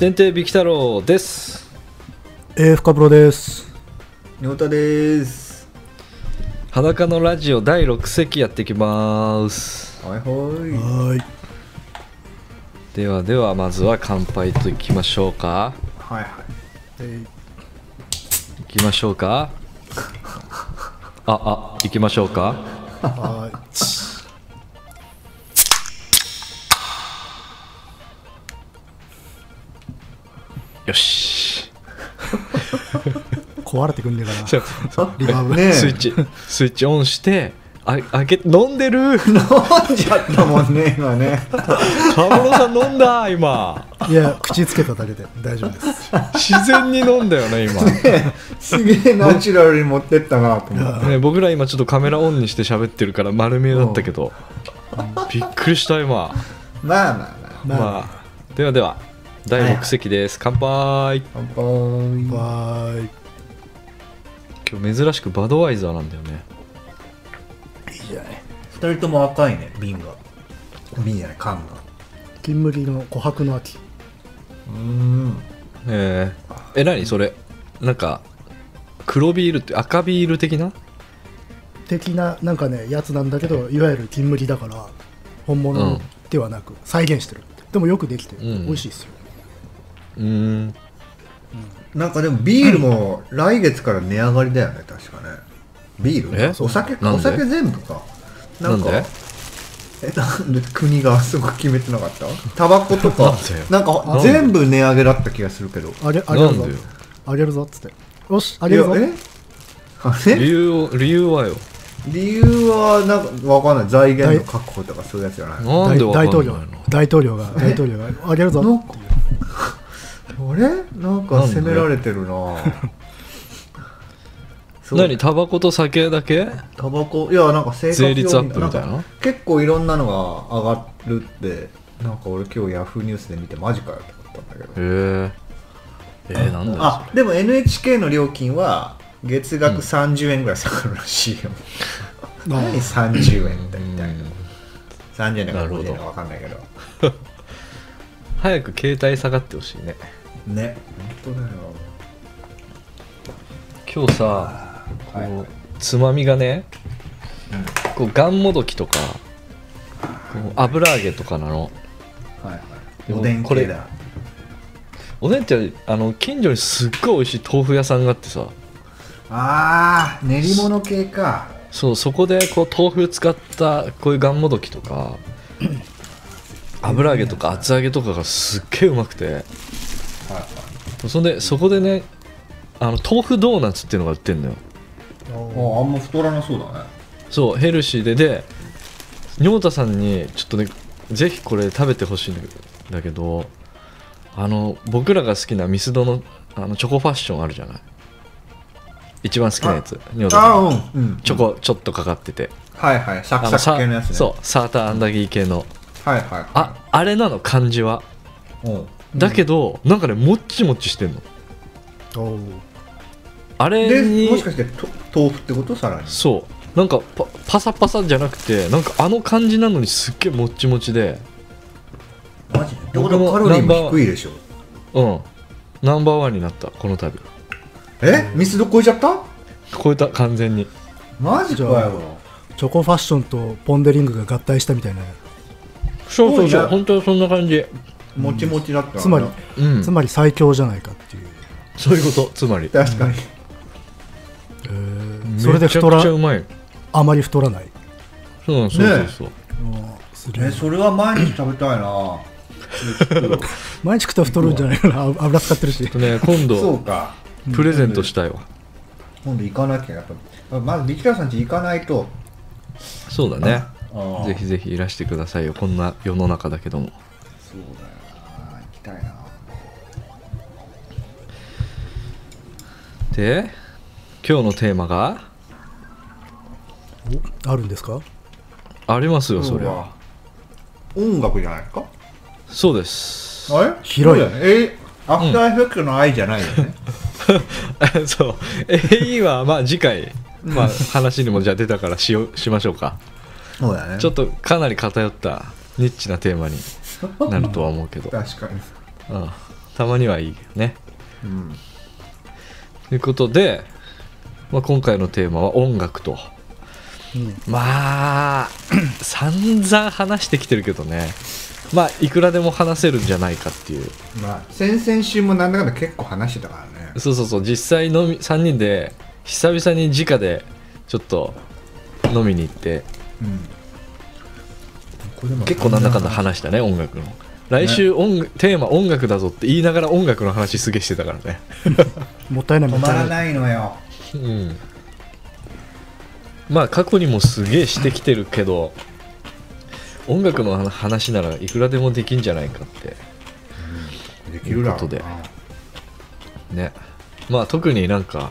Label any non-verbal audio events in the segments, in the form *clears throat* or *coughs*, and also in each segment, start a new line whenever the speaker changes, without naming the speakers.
天帝ビキ太郎です
えー、深プロです。
尿太です。
裸のラジオ第6席やってきます
はい
は
は
ーい。
ではではまずは乾杯といきましょうか
い。はいはい。
え
いきましょうかああいきましょうか
ー、はーい。
よし
壊れてくんねえか
じゃ
あ
な。リバーブ。
ね
*laughs*
え
スイッチスイッチオンしてあ開け飲んでる
飲んじゃったもんね、今 *laughs* ね。
カムロさん飲んだ今
いや、口つけただけで大丈夫です。
自然に飲んだよね今
すげえナチュラルに持ってったなと思って。
ね、僕ら今ちょっとカメラオンにして喋ってるから丸見えだったけど、びっくりした今、
まあまあまあ。
まあ
まあ、ではでは第6席です、乾杯
乾杯。
わーい。
今日珍しくバドワイザーなんだよね
いいじゃない。二人とも赤いね、瓶が。瓶じゃない、缶が。
金麦の琥珀の秋。
うーん。
えー、え何それなんか黒ビールって赤ビール的な
的な、なんかね、やつなんだけど、いわゆる金麦だから、本
うん
物ではなく、再現してる。でもよくできてる。
うん
美味しいですよ。
うーん
なんかでもビールも来月から値上がりだよね、確かね。ビール
え
お酒
なん
か。
で
お酒全部か。なん
な
か。
んで
えなんで国がすごく決めてなかったタバコとか
なんで
なん
なん
か
で
全部値上げだった気がするけど
あげ、あげる
な
ぞ
んでよ。
あげるぞっつって。よし、あ
い
げ
や
るぞ。
えあ
理
れ
由を理由はよ
理由はなんかわかんない財源の確保とかそういうやつじゃないあ
なん
大
でわかんな
大統
い
領
の、
大統領が、大統領が、あげるぞ
なん
っていう。
れなんか責められ
*laughs*
てるなそう
何タバコと酒だけ
タバコいやなんか生活用
税
品
率アップみたいなん
か結構いろんなのが上がるってなんか俺今日ヤフーニュースで見てマジかよって思ったんだけ
え
ど
ー、えー、なんだよ
あでも NHK の料金は月額30円ぐらい下がるらしいよ、何30円ってみたいな30円だから50円だか分かんないけど
早く携帯下がってほしいね
ね本当だよ
今日さこ
はいう
つまみがね、こうがんもどきとかこう油揚げとかなの
はいはい
でも
おでん
これ
系だ
おでんってあの近所にすっごい美味しい豆腐屋さんがあってさ
あー練り物系か
そうそこでこう豆腐使ったこういうがんもどきとか油揚げとか厚揚げとかがすっげえうまくて
はいはい
そんでそこでねあの豆腐ドーナツっていうのが売ってんのよ
ああんま太らなそうだね
そうヘルシーでで尿太さんにちょっとねぜひこれ食べてほしいんだけどだけどあの僕らが好きなミスドのあのチョコファッションあるじゃない一番好きなやつ尿太さん
あうんうん
チョコちょっとかかってて
はいはいサ
あ
クサ
サ
ク系のやつね
そうサーターアンダギー系の
はいはい
ああれなの感じは
うん
だけど、なんかねもっちもっちしてんの
おう
あれに
でもしかしてと豆腐ってことさらに
そうなんかパパサパサじゃなくてなんかあの感じなのにすっげえもっちもちで
マジでってこ
僕
と
も
はカロリー
ナンバ
も
ー
低いでしょ
うんナンバーワンになったこの度
えミスド超えちゃった
超えた完全に
マジか
じゃあ
よ
チョコファッションとポンデリングが合体したみたいな。
そうそう
す
そう
ごいね
本当にそんな感じ
もちもちだった
つまり、
うん
つまり最強じゃないかっていう。
そういうことつまり
確かに
えーそれで太
めちゃくちゃ
ら
うまい
あまり太らない
そうなんそうそうそう、
すげえ
えそれは毎日食べたいな
毎日食ったら太るんじゃないかな油使ってるし
あとね今
*laughs* そ
度
うか
プレゼントしたいわ
今度行かなきゃやっぱまず力さんち行かないと
そうだね
ああ
ぜひぜひいらしてくださいよこんな世の中だけども
そうだよな行きたいな
で今日のテーマが
あるんですか
ありますよそれは
音楽じゃないですか
そうです *laughs*
あれ
広い
そうだよねえアフターエフェクトの愛じゃないよね
そう AE はまあ次回まあ話にもじゃあ出たからしようしましょうか
*laughs* そうだね
ちょっとか
*laughs*
なり偏ったニッチなテーマになるとは思うけど
確かに
うんたまにはいいけどね
うん
ということで、まあ、今回のテーマは音楽と
うん
まあ *clears throat* 散々話してきてるけどねまあいくらでも話せるんじゃないかっていう
まあ先々週もなんだかんだ結構話してたからね
そうそうそう実際のみ3人で久々に直でちょっと飲みに行って
うんこれでも
結構なんだかんだ話したね音楽の来週音楽、テーマ音楽だぞって言いながら音楽の話すげえしてたからね
もったいない
止
もっ
ま
た
ら
いない
ないのよ
うんまあ過去にもすげえしてきてるけど音楽の話ならいくらでもできんじゃないかって
できるだろ
といううことで
な
ねまあ特になんか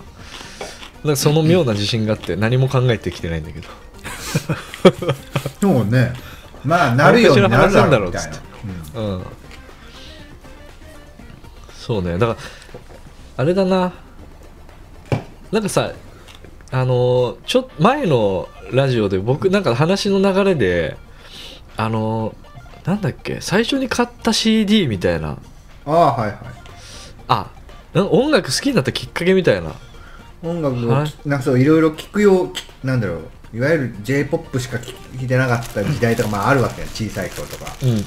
なんかその妙な自信があって何も考えてきてないんだけど
そうねまあなるようになるだろう
何
みたいな
かしうんそうねだからあれだななんかさあのーちょっ前のラジオで僕なんか話の流れであのーなんだっけ最初に買った CD みたいな
うんああはいはい
あな音楽好きになったきっかけみたいな
音楽
は
をきなんかそういろいろ聞くようきなんだろういわゆる j p o p しか聞聞いてなかった時代とかまああるわけよ小さい頃とか、
うん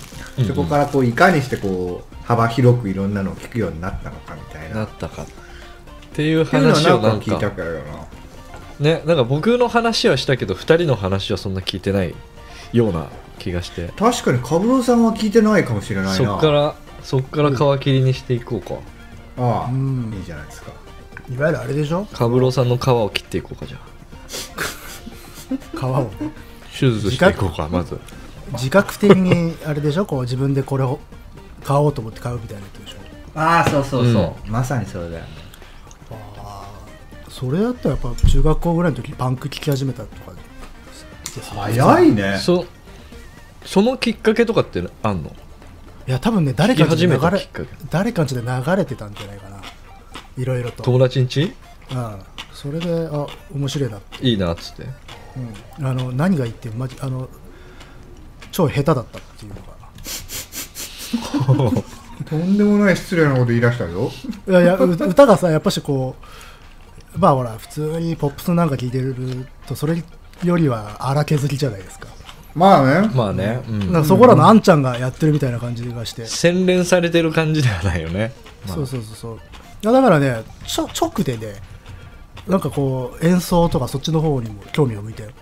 そこからこういかにしてこう幅広くいろんなのを聞くようになったのかみたいな
なったかっていう
っていうのは
話をな
なん
ん
か聞い
か
たけどな
ねなんか僕の話はしたけど2人の話はそんな聞いてないような気がして
確かにカブロさんは聞いてないかもしれないな
そっからそっから皮切りにしていこうか、
ああ、
うん
いいじゃないですか
いわゆるあれでしょ
カブロさんの皮を切っていこうかじゃあ
皮を
手術していこうかまず
自覚的にあれでしょこう自分でこれを買おうと思って買うみたいなやつでしょ
ああそうそうそ、
そう
まさにそれだよね
ああそれだったらやっぱ中学校ぐらいの時パンク聴き始めたとかですよね
早いね
そそのきっかけとかってあんの
いや多分ね誰かんちで流
聞き始めた
れ
きっかけ
誰かんちで流れてたんじゃないかないろいろと、う
友達んち
ん、それであ面白いなって、
いいなっつって
うん、あの何がいいってマジあの超下手だったっていうのが
とんでもない失礼なこと言い出したよ
いやい *laughs* やう歌がさやっぱしこうまあほら普通にポップスなんか聴いてるとそれよりは荒削りじゃないですか,、
まあね
まあね、う
なん
ん、
かそこらのあんちゃんがやってるみたいな感じがして、
洗練されてる感じではないよね、まあ
そうそうそうそういやだからねちょ直でねなんかこう演奏とかそっちの方にも興味を向いて
う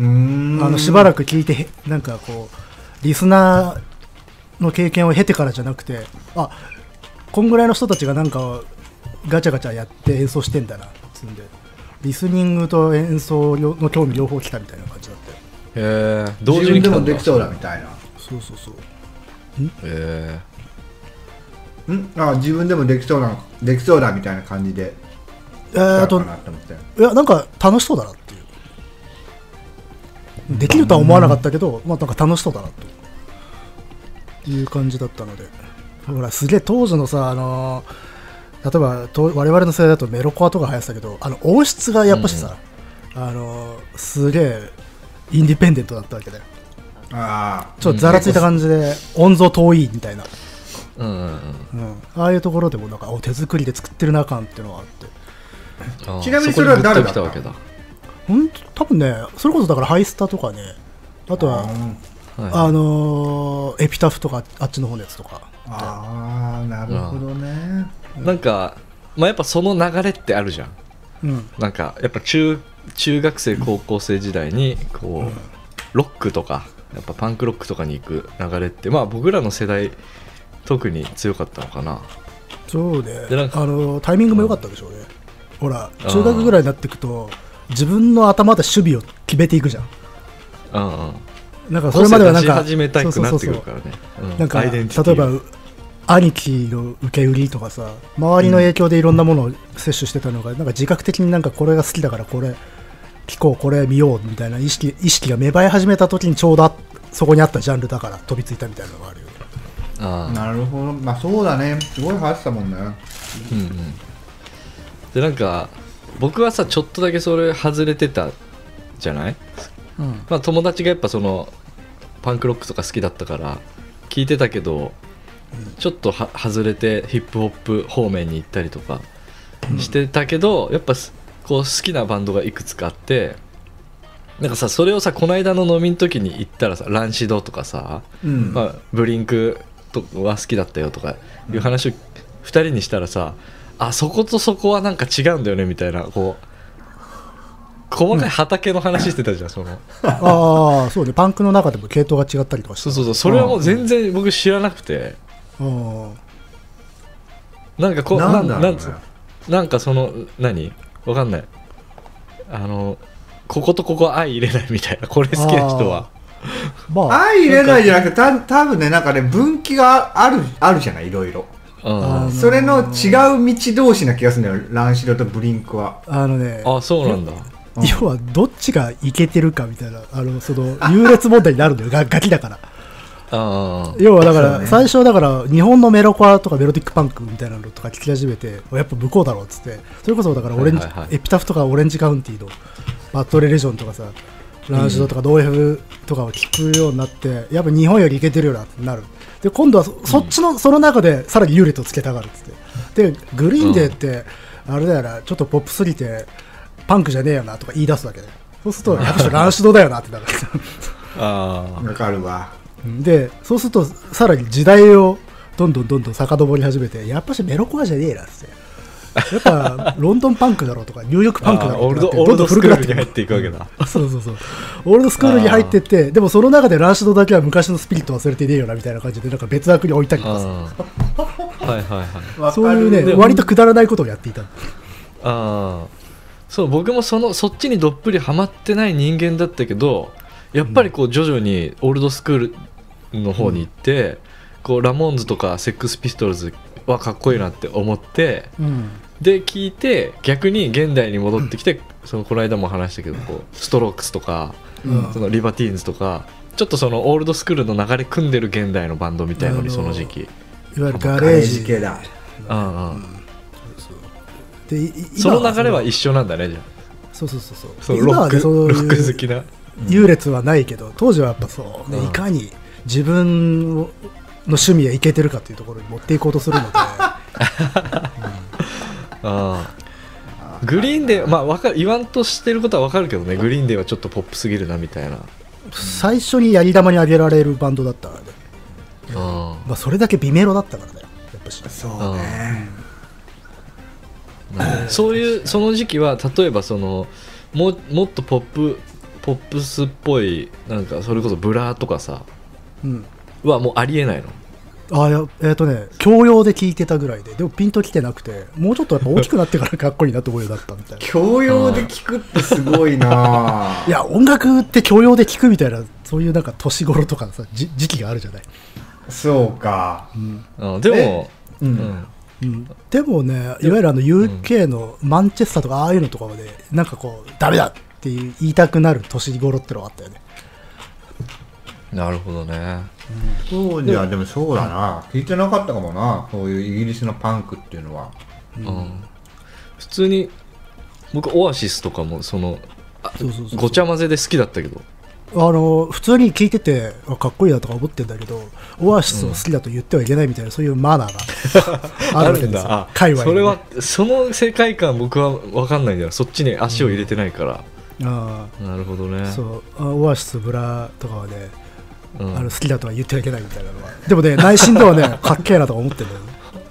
ーん
あのしばらく聞いてへなんかこうリスナーの経験を経てからじゃなくてあこんぐらいの人たちがなんかガチャガチャやって演奏してんだなっつうんでリスニングと演奏両の興味両方来たみたいな感じだって
へえ同時に来
自
た
分
ん
で
だ
もできそうだみたいな
そうそうそう
へ
んあ自分でもできそうなできそうだみたいな感じで
えー、
や
あ
ろ
と
う
い
かなと思って
やなんか楽しそうだなっていうできるとは思わなかったけど、まあなんか楽しそうだなという感じだったのでほらすげえ当時のさあのー例えばと我々の世代だとメロコアとか流行ってたけどあの音質がやっぱしさ、あのーすげえインディペンデントだったわけだよ
ああ
ちょっとざらついた感じで音像遠いみたいな、
えうんうんうん
うん、ああいうところでもなんかお手作りで作ってるな感っていうのがあって
ああ
ちなみにそれは誰だった
そこにグッと来たわ
ほんと多分ねそれこそだからハイスタとかねあとは
うん
けだ、はい、
あのーエピタフとかあっちの方のやつとか
ああなるほどね
なんか、まあ、やっぱその流れってあるじゃん
うん
なんかやっぱ中中学生高校生時代にこうロックとかやっぱパンクロックとかに行く流れってまあ僕らの世代特に強かったのかな
そうね
でなんか
あのータイミングも良かったでしょうね、ほら中学ぐらいになってくと自分の頭で守備を決めていくじゃん
うんうん
なんかそ
個
れま
性
で
出
はなん
し
か
始めたくなってく
そ
る
うそう
からね
そう
うん
なんか
アイデ
例
ンティティ
えばう兄貴の受け売りとかさ周りの影響でいろんなものを摂取してたのが、なんか自覚的になんかこれが好きだからこれ聞こうこれ見ようみたいな意識意識が芽生え始めた時にちょうどあそこにあったジャンルだから飛びついたみたいなのがあるよね
ああ
なるほどまあそうだねすごい流行ってたもんね
うんうんでなんか僕はさちょっとだけそれ外れてたじゃないまあ友達がやっぱそのパンクロックとか好きだったから聞いてたけどちょっとは外れてヒップホップ方面に行ったりとかしてたけど、やっぱすこう好きなバンドがいくつかあってなんかさそれをさこの間の飲みの時に行ったらさランシドとかさ、
うん
まあ、ブリンクとは好きだったよとかいう話を2人にしたらさあそことそこはなんか違うんだよねみたいなこう細かい畑の話してたじゃん、その
ああそうねパンクの中でも系統が違ったりとかし
そ
て
うそうそうそれはもう全然僕知らなくて
あ
なんかこう
なんだろう
なん
ね
つなんかその何わかんないあのこことここは相入れないみたいなこれ好きな人は
ーまあ
相入れないじゃなくてた多分ねなんかね分岐がああるあるじゃないいろいろ
あ
あー
それの違う道同士な気がするんだよランシドとブリンクは
あのね
あそうなんだ
要はどっちがいけてるかみたいなあのその優劣問題になるんだよがガキだから
あー
要はだか
そ
ら、
うね
最初だから日本のメロコアとかメロディックパンクみたいなのとか聞き始めてやっぱ向こうだろうっつってそれこそだからオレンジ、
はいはいはい
エピタフとかオレンジカウンティーのバッドレレジョンとかさランシドとかドーエフとかを聞くようになってやっぱ日本よりいけてるよなってなるで今度はそそっちの、その中でさらに優劣をつけたがるっつってでグリーンデーって、あれだよなちょっとポップすぎてパンクじゃねえよなとか言い出すわけでそうするとやっぱりランシドだよなってなる
あ
わかるわ
でそうするとさらに時代をどんどんどんどん遡り始めてやっぱしメロコアじゃねえなっつってや
*laughs*
っぱロンドンパンクだろうとかニューヨーク
ーあ
パンクだ
ー
ろ
オ
う
ール
とか
ド
って
オール
どんど
ド
ん古
ス
く
ク
な
ー
っ
ル
て
に
く
入って
る
いくわけ
*laughs*
だ
そうそうそうオールドスクールに入ってってでもその中でランシドだけは昔のスピリット忘れてねえよなみたいな感じでなんか別枠に置いたりとかさ
あーはいはいはい
わか
そうい
る
うね
で
割とくだらないことをやっていた
ああそう僕もそのそっちにどっぷりハマってない人間だったけどやっぱりこう徐々にオールドスクールの方に行って、こうラモーンズとかセックスピストルズはかっこいいなって思って
うん
で聞いて逆に現代に戻ってきて、そのこの間も話したけどこうストロークスとか、
うん
そのリバティーンズとかちょっとそのオールドスクールの流れ組んでる現代のバンドみたいのに
あのー
その時期。
いわゆるガ
ガ
レ
レ
ー
ー
ジ
ジ系だ
うんうん
でい
その流れは
今
一緒なんだねじゃ
そうそうそうそう
あそのロ
今
ッ
は
ク
ねそういう
ロック好きな。
優劣はないけど当時はやっぱそう、ね
うん
いかに自分の趣味へいけてるかというところに持っていこうとするので
ああグリーンデーまあわかる言わんとしてることはわかるけどねグリーンデーはちょっとポップすぎるなみたいな
最初にやり玉に挙げられるバンドだったからね、
あ
まあ、それだけ微メロだったからねやっぱし
そうね
あそういうその時期は例えばそのももっとポップポップスっぽいなんかそれこそブラーとかさ
うん
はもうありえないの
あいやえっ、とね教養で聴いてたぐらいででもピンときてなくてもうちょっとやっぱ大きくなってからかっこいいなと思うようになったみたいな
教養で聞くってすごいない
*laughs*
や音楽って教養で聴くみたいなそういうなんか年頃とかさじ時期があるじゃない、
そうか
ああでも、
う
うんん、
うん、でもねいわゆるあの UK のマンチェスターとかああいうのとかはねなんかこうダメだって言いたくなる年頃ってのはあったよね
なるほどね
そうじゃでもそうだな聞いてなかったかもなそういうイギリスのパンクっていうのは
うん普通に僕オアシスとかもそのあ
そうそうそう
ごちゃ混ぜで好きだったけど
あの普通に聞いててあかっこいいなとか思ってんだけどオアシスを好きだと言ってはいけないみたいな、そういうマナー *laughs* があるわけですよ
あ
界隈
そ
に
れ
ね
はその世界観僕は分かんないんだよそっちに足を入れてないから、
あ
なるほどね
あそうあオアシスブラとかはね
うん、
あの好きだとは言ってはいけないみたいなのはでもね内心では *laughs* ねかっけえなとか思ってんだよね、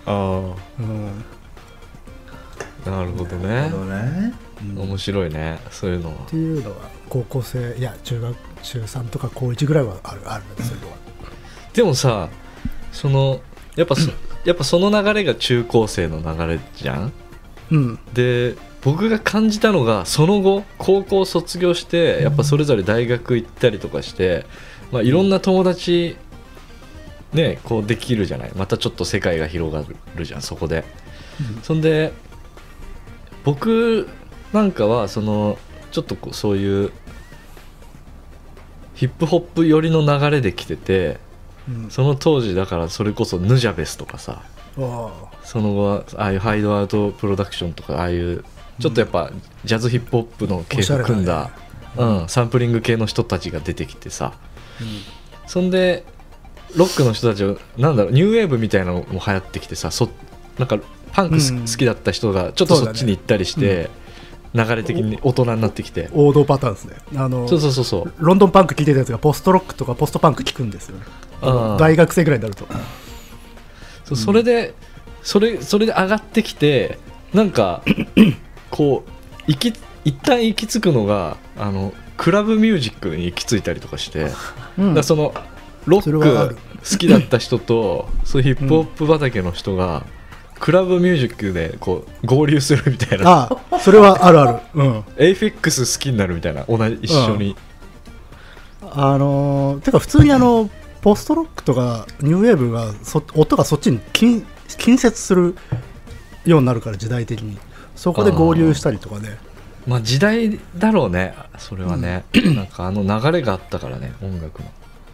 あ
うん、
あなるほど
な
ね
るほどね
面白いねそういうのは
っていうのは高校生いや中学中3とか高1ぐらいはあるあるんですよ
でもさそのやっぱそやっぱその流れが中高生の流れじゃん
うん
で僕が感じたのがその後高校卒業してやっぱそれぞれ大学行ったりとかして、まあ、いろんな友達ねこうできるじゃないまたちょっと世界が広がるじゃんそこで、
うん
そんで僕なんかはそのちょっとこうそういうヒップホップ寄りの流れで来てて
うん
その当時だからそれこそヌジャベスとかさ
あ
その後はああいうハイドアウトプロダクションとかああいうちょっとやっぱジャズヒップホップの系を組んだ、うん、サンプリング系の人たちが出てきてさ、そんでロックの人たちをなんだろうニューウェーブみたいなのも流行ってきてさそなんかパンクす
うん
好きだった人がちょっと
そ
そ
うだ
っ
ね
ちに行ったりして、流れ的に大人になってきて
王道パターンですねあの
そうそうそうそう
ロンドンパンク聞いてたやつがポストロックとかポストパンク聞くんですよね
あー
大学生ぐらいになると
そうそれでそれそれで上がってきてなん
*coughs*
かこう行き一旦行き着くのがあのクラブミュージックに行き着いたりとかして、だか
うん
らそのロ
それはあ
ッ
る
ク好きだった人と
*coughs*
そういうヒップホップ畑の人が、クラブミュージックでこう合流するみたいな
ああそれはあるあるうん
エイフェックス好きになるみたいな同じ一緒に、
あのーてか普通にあのポストロックとかニューウェーブがそ音がそっちに近近接するようになるから時代的にそこで合流したりとかね
まあ時代だろうねそれはね、なんかあの流れがあったからね音楽の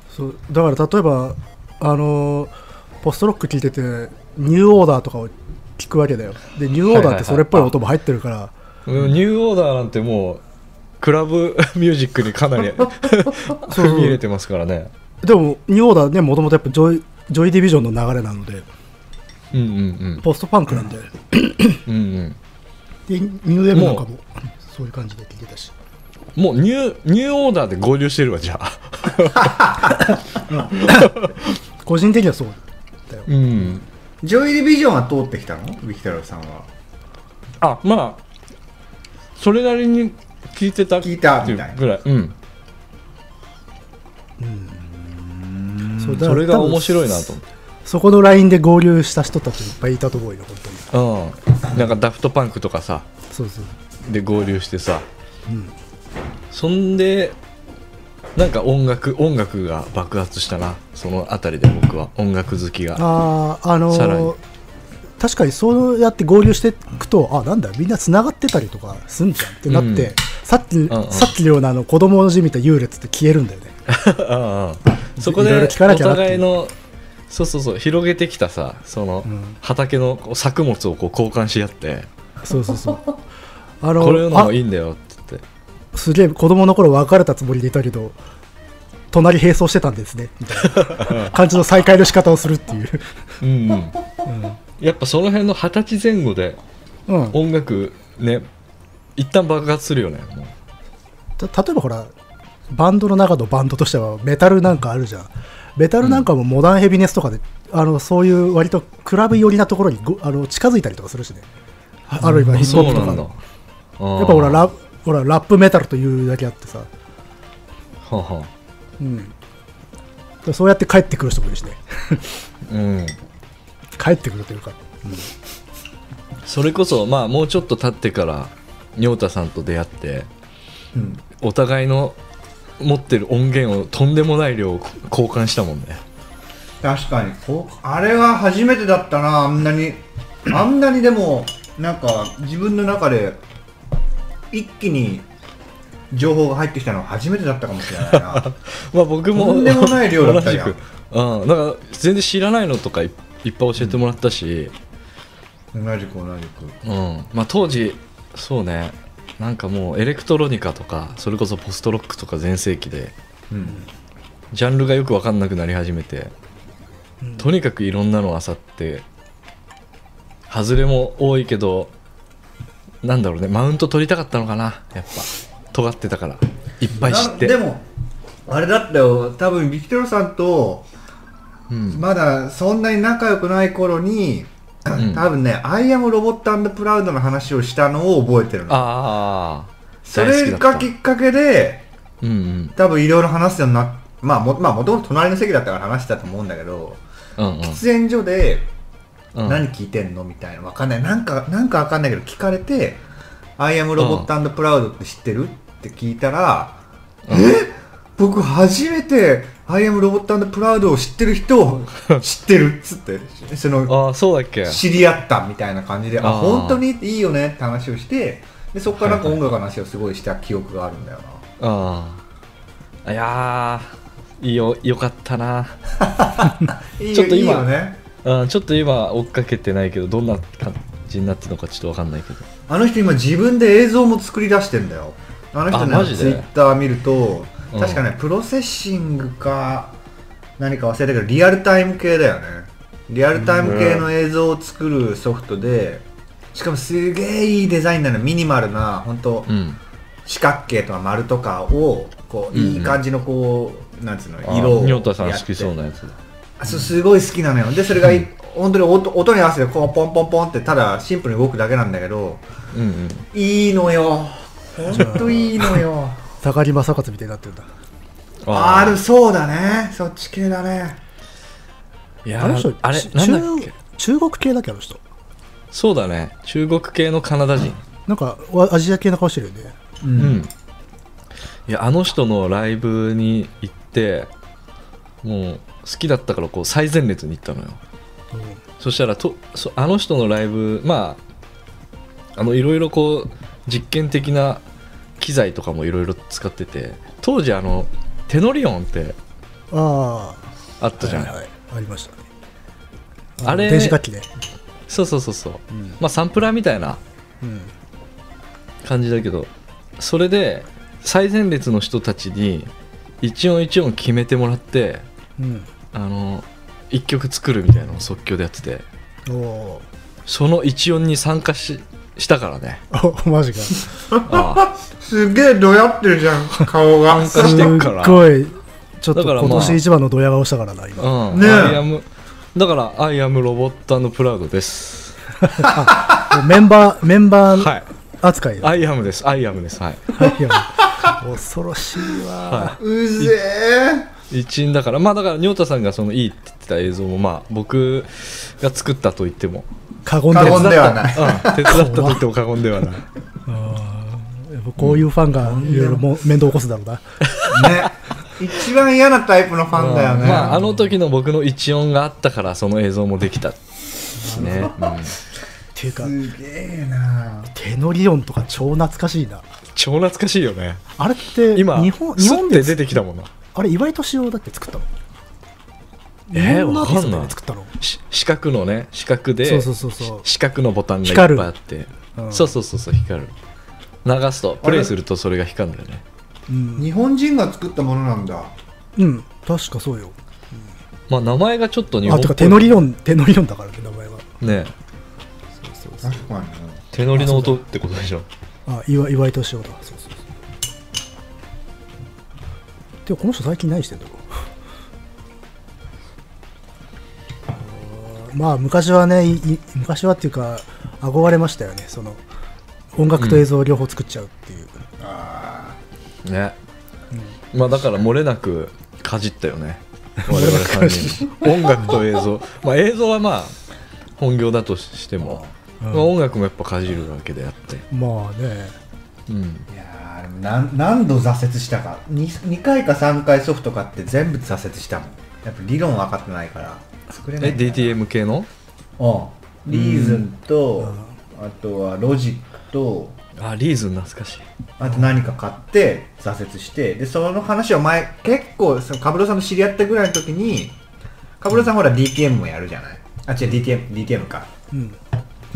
そうだから例えばあのーポストロック聞いててニューオーダーとかを聞くわけだよでニューオーダーってそれっぽい音も入ってるから
うんニューオーダーなんてもうクラブ *laughs* ミュージックにかなり
そう
踏み入れてますからね
でもニューオーダーねもともとやっぱジョイジョイディビジョンの流れなので
うんうん
ポストパンクなんで
うんうん
でニューウェーブなんかもそういう感じで聞いてたし
うんもうニューニューオーダーで合流してるわじゃあ
個人的にはそうだよ
うん
ジョイ・ディビジョンは通ってきたのビキタロウさんは
あまあそれなりに聞いてたって
聞
い
いたみたいう
ぐらいうん
そうだから
それが面白いなと思って
そこのラインで合流した人たちいっぱいいたと思うよ本当に
うん、なんかダフトパンクとかさ
そうそう
で合流してさ、そんでなんか音楽音楽が爆発したなその辺りで僕は音楽好きが
あああのー
さらに
確かにそうやって合流していくとあなんだみんな繋がってたりとかすんじゃんってなって、
うん
さっき、
んうん
さっきのようなあの子供の字みたい優劣って消えるん
*laughs*
だよね
うんうんそこ
いろいろ
で
聞か
お
なきゃなっていう
互いのそうそうそう広げてきたさその
ん
畑のこう作物をこう交換し合って、
そうそうそうあの
これの
あ
もいいんだよって言って
すげえ子供の頃別れたつもりでいたけど隣並走してたんですねみた
*laughs*
いな感じの再会の仕方をするっていう、
うんうんやっぱその辺の二十歳前後で
うん、
音楽ね一旦爆発するよねもう
た例えばほらバンドの中のバンドとしてはメタルなんかあるじゃんメタルなんかもモダンヘビネスとかで、あのそういう割とクラブ寄りなところにごあの近づいたりとかするしねああるいはヒップホップとかの
そうなんだ
やっぱほら
ラ
ラほらラップメタルというだけあってさ、
はは
うん、そうやって帰ってくる人もいるしね *laughs*
うん
帰ってくるというか
それこそまあもうちょっと経ってから仁太さんと出会って
うん
お互いの持ってる音源をとんでもない量交換したもんね
確かにこあれは初めてだったなあんなにあんなにでもなんか自分の中で一気に情報が入ってきたのは初めてだったかもしれないな
まあ僕も
とんで *laughs* もない量だったじゃん
同じくうん、だから全然知らないのとかいいっぱい教えてもらったし、
同じく同じく
うんまあ、当時そうねなんかもうエレクトロニカとかそれこそポストロックとか全盛期で
うん
ジャンルがよく分かんなくなり始めて、
うん
とにかくいろんなのあさって外れも多いけどなんだろうねマウント取りたかったのかなやっぱ尖ってたからいっぱい知って
なでもあれだったよ多分ビキトロさんと
うん、
まだそんなに仲良くない頃に、
ん
多分ね「アイアムロボットプラウド」の話をしたのを覚えてるの
ああ
それがきっかけで
うんうん
多分いろいろ話すようになっまあも,、まあ、もともと隣の席だったから話してたと思うんだけど
うん
喫煙所で
うんうん
何聞いてんのみたいなわかんないなんかなんかわかんないけど聞かれて「アイアムロボットプラウドって知ってる?」って聞いたら「
うん
え僕初めて「アイアムロボットプラウドを知ってる人を
*laughs*
知ってる」っつってその
ああそうだっけ
知り合ったみたいな感じで「あ
あー
本当にいいよね」って話をしてでそこからなんか音楽の話をすごいした記憶があるんだよな、
ああいやーいいよよかったない
い
ちょっと今
いいよね
うんちょっと今追っかけてないけどどんな感じになってるのかちょっと分かんないけど
あの人今自分で映像も作り出してんだよあの人
あマ
ね
ジ
ツイ
で
ッター見ると
うん
確かね、プロセッシングか何か忘れたけどリアルタイム系だよねリアルタイム系の映像を作るソフトでしかもすげえいいデザインなのミニマルな本当
うん
四角形とか丸とかをこう
うんうん
いい感じのこう、なんつうの
あ
色を
ニョータさん好き
や
そう
って
なやつだ
あそうすごい好きなのよでそれがい本当に音音に合わせてこうポンポンポンってただシンプルに動くだけなんだけど
うんうん
いいのよ本当いいのよ
高木正勝みたいになってるんだ
あ
ー
るそうだねそっち系だね
いや
あの人
あれ
ち
なんだっけ
中中国系だっけあの人
そうだね中国系のカナダ人
なんかわアジア系の顔してるよね
う
うん、いやあの人のライブに行ってもう好きだったからこう最前列に行ったのよそしたらとそあの人のライブまああのいろいろこう実験的な機材とかもいろいろ使ってて当時あのテノリオンって
うんあ
あった
あ
じゃない、
はいはいありましたねの
あれ
電子楽器ね
そうそうそうそう
うん
まあサンプラーみたいな
うん
感じだけどそれで最前列の人たちに一音一音決めてもらって
うん
あの一曲作るみたいなのを即興でやってて
お
その一音に参加ししたからね
ー *laughs* マジか
ああ
すげえどやってるじゃん顔が
参加してるから
すっごいちょっと
だからまあ
今年一番のドヤ顔したからな今、
うん
ねえ
I am だから「アイアムロボットプラウド」です
メンバーメ *laughs* ンバー
はい
扱い
「
だ、は
アイアムです「アイアムですはい、*laughs*
いや恐ろしいわ
は
うぜえ
い、一員だからまあだから仁太さんがそのいいって言ってた映像もまあ僕が作ったと言っても
過言で
過
は
言ではない
*laughs*
うん手伝ったと言っても過言ではない
やっぱこういうファンがいろいろも面倒起こすだろうな
ね一番嫌なタイプのファンだよね、
まあ、あの時の僕の一音があったからその映像もできたしね、うん
っていうか
すげえな
テノリオンとか超懐かしいな
超懐かしいよね
あれって
今
日本日
スッ
本
て
で
出てきたもんな
あれ岩井敏夫だって作ったの
えー
日本のアーティストだよ
わか
ね
んない
作ったの
し四角のね四角で
そうそうそうそう
し四角のボタンがいっぱい
光る
あって、
ん
そうそうそうそう光る流すとプレイするとそれが光るんだよね
うん、
日本人が作ったものなんだ
うん、確かそうよ
まあ名前がちょっと日
あ
本
てかテノリオンテノリオンだからね名前は
ね
確かに
手乗りの音ってことでしょ
あ岩岩井敏夫だそうそうそうでもこの人最近何してんだろうあ *laughs* ーまあ昔はねいい昔はっていうか憧れましたよねその音楽と映像を両方作っちゃうっていう、
ね、まあだから漏れなくかじったよね我々3人音楽と映像まあ映像はまあ本業だとしても、
うん
まあ、音楽もやっぱかじるわけであって、
まあね
うん、
いやーでも何何度挫折したか 2, 二回か3回ソフト買って全部挫折したもんやっぱ理論分かってないから作れない
え
んだよ
DTM 系の
うんリーズンとあとはロジックと
あリーズン懐かしい
あと何か買って挫折してでその話を前結構そのカブロさんと知り合ったぐらいの時にカブロさんほら DTM もやるじゃないあ違う DTM, DTM か
うん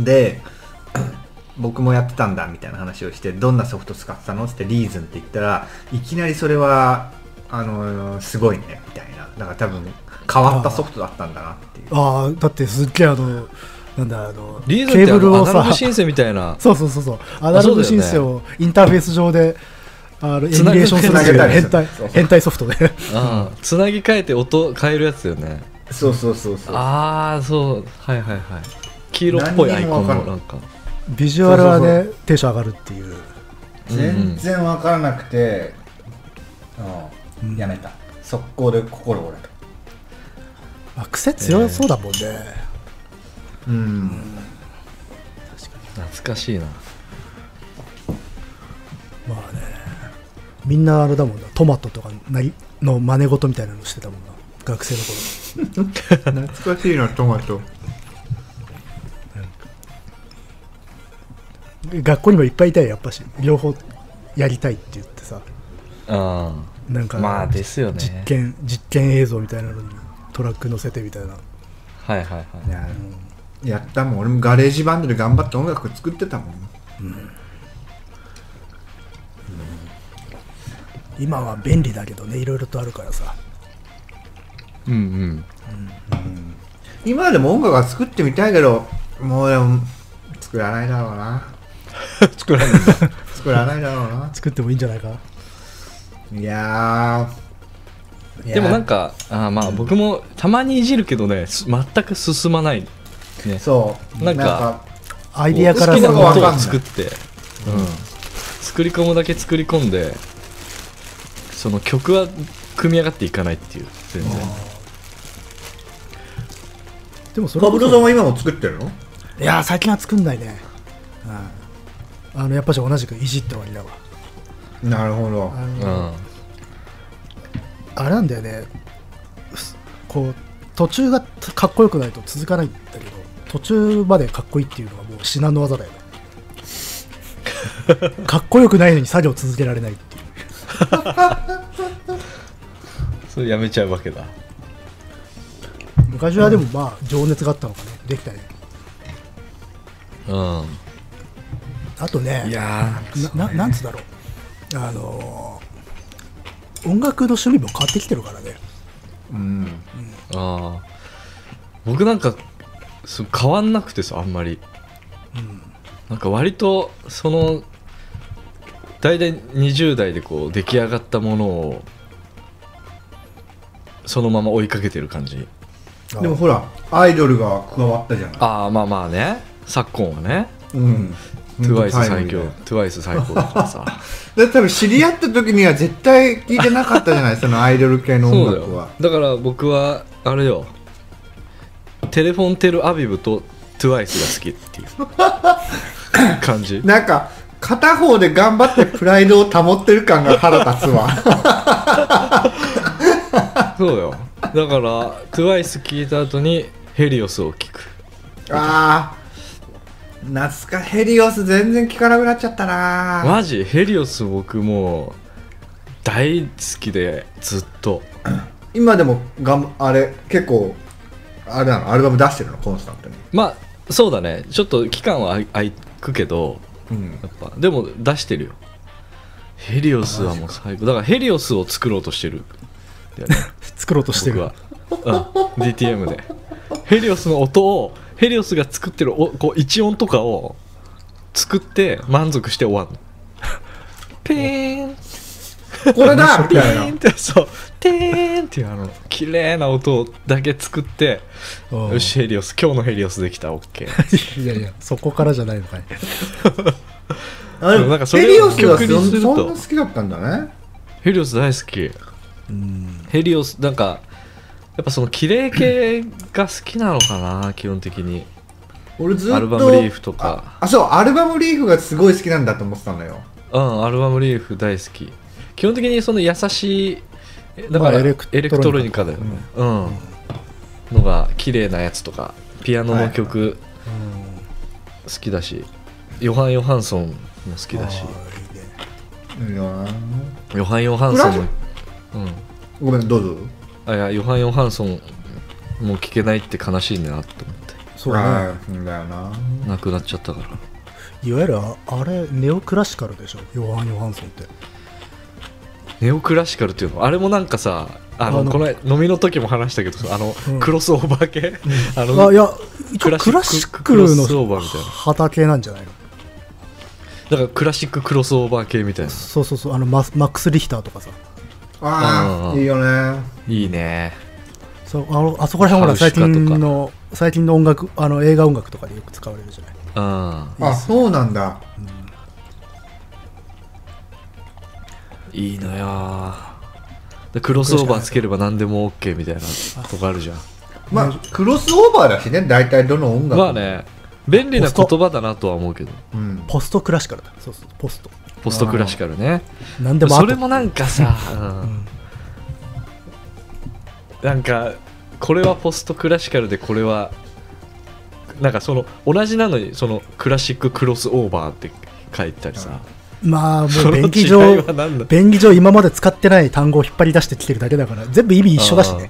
で *clears throat* 僕もやってたんだみたいな話をしてどんなソフト使ってたのってリーズンって言ったらいきなりそれはあのーすごいねみたいなだから多分変わったソフトだったんだなっていう
ああだってすっげえあのなんだあの
リーズンって
ケー
あ
ブル
の
を
アナロ
さ
グ申請みたいな
そうそうそうそうアナログ申請をインターフェース上であのエミ
つな
ュ
げ
レ
て
ーションするっていう
つなげ
変
たり
態
そうそう
変態ソフトで
あつなぎ替えて音変えるやつだよね
そうそうそうそう
ああそうはいはいはい黄色っぽいアイコンの
何にも
な
わ
んか
ビジュアルはねテンション上がるっていう
全然わからなくて、うんやめた速攻で心折れた
まあ癖強そうだもんね、
うん
懐かしいな
まあねみんなあれだもんなトマトとかなりの真似事みたいなのしてたもんな学生の頃
懐かしいなトマト
学校にもいっぱいいたよやっぱし両方やりたいって言ってさ
あ
なんか、
まあですよね
実験実験映像みたいなのにトラック乗せてみたいな
あはいはいはい
いや,、やったもん俺もガレージバンドで頑張って音楽作ってたもん
今は便利だけどねいろいろとあるからさ
うんうん
今でも音楽は作ってみたいけどもうでも作らないだろうな
*laughs* 作ら *laughs* ないんだ
作らないだろうな
作ってもいいんじゃないか
いやーいや
でもなんかあーまあ僕もたまにいじるけどねす全く進まないね
そう
なんか
アイディアから
好きな
のわ
こと
かん
を
ない
作って、うん作り込むだけ作り込んでその曲は組み上がっていかないっていう全然
でもそれ
カ
こ
ブ
そ
トさんは今も作ってるの
いやー最近は作んないね、うん、あのやっぱじゃあ同じくいじって終わりだわ
なるほど
あの
うん
あれなんだよねすこう途中がかっこよくないと続かないんだけど途中までかっこいいっていうのがもう至難の技だ
*laughs*
よねかっこよくないのに作業続けられないっていう
それやめちゃうわけだ
昔はでもまあ情熱があったのかねできたね
うん
あとね
いや
なななんつうだろうあのー音楽の趣味も変わってきてるからね
うん
ーあー僕なんかそう変わんなくてさあんまり、なんか割とその大体20代でこう出来上がったものをそのまま追いかけてる感じ
でもほらアイドルが加わったじゃない
ああまあまあね昨今はね
うんワイ
TWICE 最強 TWICE 最高だから *laughs* さ
で多分知り合った時には絶対聞いてなかったじゃ
*laughs*
ないそのアイドル系の
そう
音
だ
楽
よ
は
だから僕はあれよテレフォンテルアビブと TWICE *laughs* が好きっていう感じ
なんか片方で頑張ってプライドを保ってる感が腹立つわ *laughs*
そうよだから TWICE 聞いた後にヘリオスを聞く
あー懐かヘリオス全然聞かなくなっちゃったな
マジヘリオス僕もう大好きでずっと
今でもがんあれ結構あれなのアルバム出してるのコンスタントに
まあそうだねちょっと期間はあい空くけど
うん
やっぱでも出してるよヘリオスはもう最高だからヘリオスを作ろうとしてるんだよね
作ろうとして
僕
る
は、うん、DTM でヘリオスの音をヘリオスが作ってるおこう一音とかを作って満足して終わるのピーン *laughs*
これだみ
ピ
たいな
ーンってそうテーンっていうあの綺麗な音だけ作って
うん
よしヘリオス今日のヘリオスできた OK
いやいやそこからじゃないのかい
あでも
なんかそ
ヘ
れ
リオスが
曲にす
そ
る
そ
と
んな好きだったんだね
*laughs* ヘリオス大好きヘリオスなんかやっぱその綺麗系が好きなのかな基本的に
俺ずっと
アルバムリーフとか
あそうアルバムリーフがすごい好きなんだと思ってたんだよ
うんアルバムリーフ大好き基本的にその優しいえだから、
まあ
エ
エレ
レ
クトロニカ
クトロニカだよねうん、のが綺麗なやつとかピアノの曲好きだし、ヨハン・ヨハンソンも好きだし
いいなぁ
ヨハン・ヨハンソンもうん
ごめんどうぞ
あいやヨハン・ヨハンソンもう聴けないって悲しいなと思って
そうだね
あーそうだよな
亡くなっちゃったから
いわゆるああれネオクラシカルでしょヨハン・ヨハンソンって
ネオクラシカルっていうのあれもなんかさあの
あの
この間飲みの時も話したけどさあの、
うん
クロスオーバー系、あの
あいや一
ク
応
ラシック
クラシック
クロスオーバ
の
ーみたいな
畑なんじゃないの
だからクラシッククロスオーバー系みたいな
そうそうそうあのマスマックス・リヒターとかさ
あ
ああ
ー
いいよね
いいね
そうあのあそこら辺ほら
ハ
最
ルシカとか
近の最近の音楽あの映画音楽とかでよく使われるじゃない
うん
あそうなんだ
いいのよでクロスオーバーつければ何でも OK みたいなとこあるじゃん
まあクロスオーバーだしね大体どの音楽も
まあね便利な言葉だなとは思うけど
うん
ポストクラシカルだそうそうポスト
ポストクラシカルね
なんでも
そ
後
れもなんかさ、うんなんかこれはポストクラシカルでこれはなんかその同じなのにそのクラシッククロスオーバーって書いてたりさ、
まあも
そうの
便宜
違い
上
は何だ
便宜上今まで使ってない単語を引っ張り出してきてるだけだから全部意味一緒だしね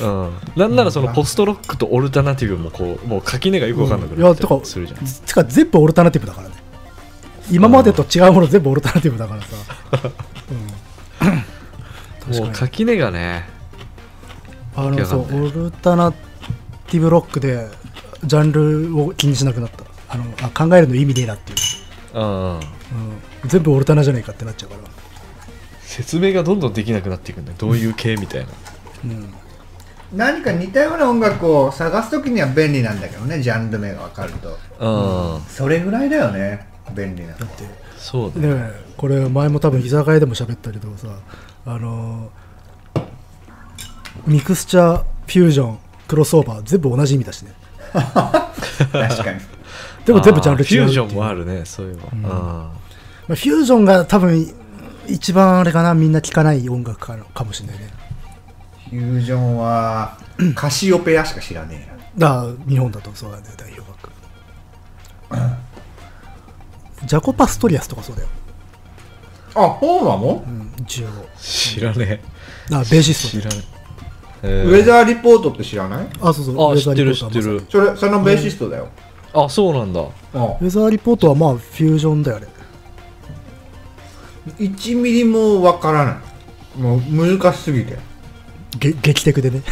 うん、なんならそのポストロックとオルタナティブもこうもう垣根がよくわかんなく
い
な
や
って
か
するじゃん、
つつか全部オルタナティブだからね今までと違うもの全部オルタナティブだからさ、うん確
もう
かに
垣根がね
あの
わけわか
そ
んないう
オルタナティブロックでジャンルを気にしなくなったあのあ考えるの意味ねえなっていう、
ああ
うん、全部オルタナじゃねえかってなっちゃうから、
説明がどんどんできなくなっていくんだよどういう系みたいな
うん、
何か似たような音楽を探す時には便利なんだけどねジャンル名が分かると
ああ、
それぐらいだよね便利なの
*laughs*
だっ
は
て
そうだね
ねえこれ前も多分居酒屋でも喋ったけどさあのーミクスチャーフュージョンクロスオーバー全部同じ意味だしね
確かに
でも全部ジャンル
あーフ
違
ュ
う
ー
ってい
ジ
う
ョンもあるねそういえば、あ
まあ、フュージョンが多分一番あれかなみんな聴かない音楽かのかもしれないね
フュージョンはカシオペアしか知らねえ
だ
な
から日本だとそうなんだよ代表
*laughs*
格ジャコパストリアスとかそうだよ、
あそうなの
うん、15
あ知らね
あ
え
ベーシスト
知らねえ
ウ
えー
ェザーリポートって知らない
あそうそう
あ
ウェ
知
ザ
っ
ー
て
リポ
る
ート
知
は
っ
ま
てる
さに
それそのベーシストだよ、
あそうなんだ
ウェザーリポートはまあフュージョンだよね
うん、1ミリもわからないもう難しすぎて
げ劇的でね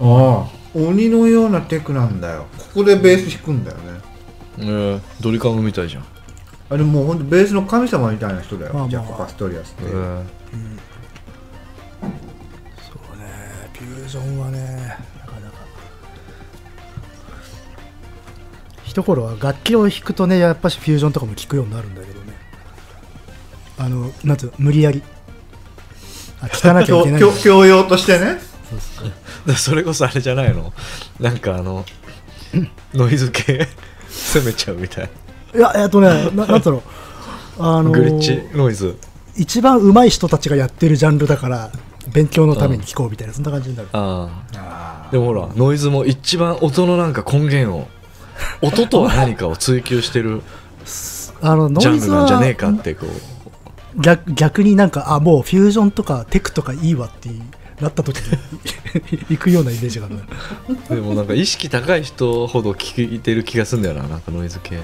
ああ鬼のようなテクなんだよここでベース弾くんだよね
えー、ドリカムみたいじゃん、
あれもうほんとベースの神様みたいな人だよ、
まあまあ
ジャコ・パストリアスって、
えー
そうねフュージョンはねなかなか一頃は楽器を弾くとねやっぱしフュージョンとかも聴くようになるんだけどねあのなんつうの無理やりあ聴かなきゃい
教
けないんだ
教教養としてね
そうそうそう
だ *laughs* それこそあれじゃないのなんかあ *laughs* のノイズ系 *laughs* 攻めちゃうみたい、
いやえっとねな *laughs* なんつうのあのー
グリッチノイズ
一番上手い人たちがやってるジャンルだから勉強のために聴こうみたいなそんな感じになる
あ
あ
あでもほらノイズも一番音のなんか根源 *laughs* を音とは何かを追求して *laughs* る
あのノ
ジャ
イ
ンル
ズ
なん
は
じゃねえかってこう
逆逆になんかあもうフュージョンとかテクとかいいわってなった時に *laughs* 行くようなイメージがある
でもなんか意識高い人ほど聞いてる気がするんだよななんかノイズ系
ど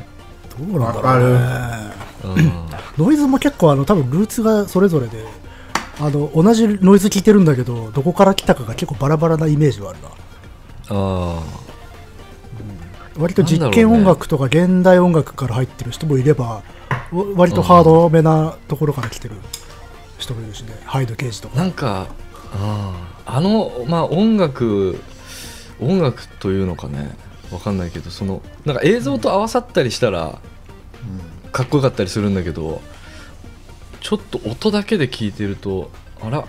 うなんだろうね
うん *laughs*
ノイズも結構あの多分ルーツがそれぞれであの同じノイズ聞いてるんだけどどこから来たかが結構バラバラなイメージはあるな
あ
割と実
なんだろ
験
うね
音楽とか現代音楽から入ってる人もいればわ割とハードめなところから来てる人もいるしね、ハイド・ケージと
あ *laughs*
か
なんかあああのまあ音楽音楽というのかねわかんないけどそのなんか映像と合わさったりしたら
あ、うん
かっこよかったりするんだけどちょっと音だけで聞いてるとあら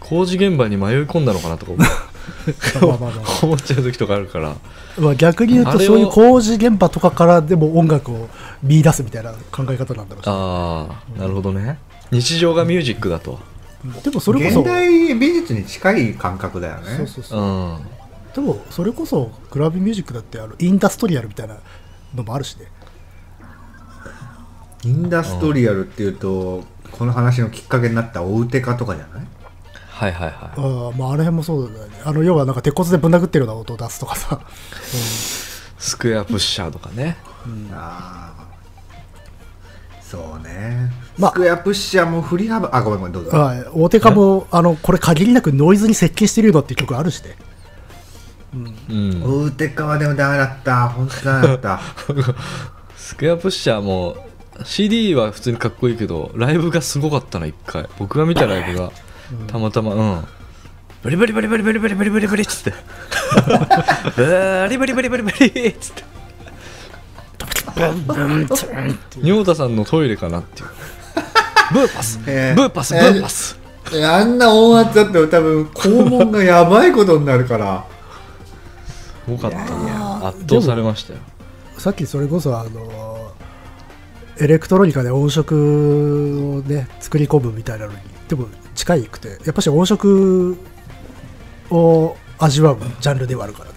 工事現場に迷い込んだのかなとか思う
まあまあまあまあ
思っちゃう時とかあるから
まあ逆に言う
あ
と
れを
そういう工事現場とかからでも音楽を見出すみたいな考え方なんだろうし
ああなるほどね日常がミュージックだと
でもそれこそ
現代美術に近い感覚だよね
そうそう
う
そ
ん
う
あ
でもそれこそクラブミュージックだってあのインダストリアルみたいなのもあるしね
インダストリアルっていうとこの話のきっかけになったオウテカとかじゃない
はいはいは
あ
い
ー、まあ、あの辺もそうだよねあの要はなんか鉄骨でぶん殴ってるような音を出すとかさ、
スクエアプッシャーとかね
ああそうね、
まあ
スクエアプッシャーも振り幅あごめんごめんどう
*laughs*
ぞ
はい、大手かもあのこれ限りなくノイズに接近してるようなっていう曲あるしね
うん
オウテカはでもダメだった本当ダメだった
*laughs* スクエアプッシャーも CD は普通にかっこいいけどライブがすごかったな一回僕が見たライブがたまたまうんブリブリブリブリブリブリブリブリブリっつってブリブリブリブリブリっつって仁太さんのトイレかなっていうブーパスブ
えー
ーパスブーパス
いやあんな音圧だったら多分肛門がやばいことになるから
多かったな圧倒されましたよ
さっきそれこそあのエレクトロニカで音色をね作り込むみたいなのにでも近いくてやっぱし音色を味わうジャンルではあるからね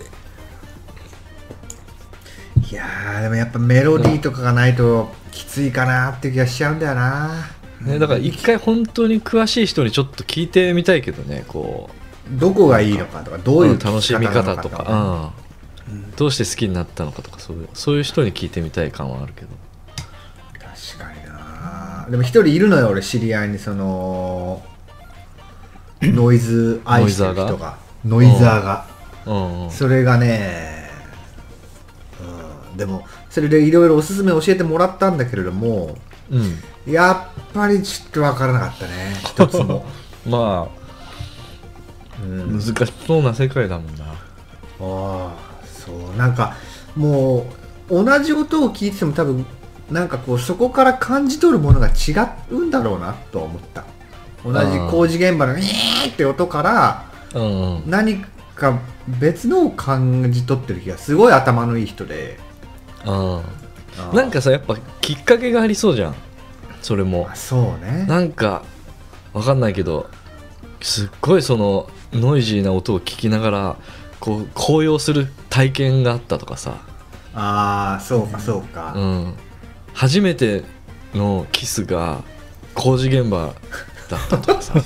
いやーでもやっぱメロディーとかがないときついかなって気がしちゃうんだよな
ねだから一回本当に詳しい人にちょっと聞いてみたいけどねこう
どこがいいのかとかどういう
うん楽しみ方と
うん
か、うん、どうして好きになったのかとかそういうそういう人に聞いてみたい感はあるけど
確かになでも一人いるのよ俺知り合いにそのノイズ愛してる人がノイザーが、
うんうん
それがね、うん、でもそれでいろいろおすすめ教えてもらったんだけれども
うん
やっぱりちょっと分からなかったね一つ *laughs* も、
まあ
うん
難しそうな世界だもんな
ああそうなんかもう同じ音を聞いてても多分なんかこうそこから感じ取るものが違うんだろうなとは思った同じ工事現場の「えー!」って音から
うんうん
何か別のを感じ取ってる気がすごい頭のいい人で
あ
あ
ー
ー
なんかさやっぱきっかけがありそうじゃんそれも
あそうね
なんかわかんないけどすっごいそのノイジーな音を聞きながらこう高揚する体験があったとかさ、
ああそうかそうか、
うん、初めてのキスが工事現場だったとかさ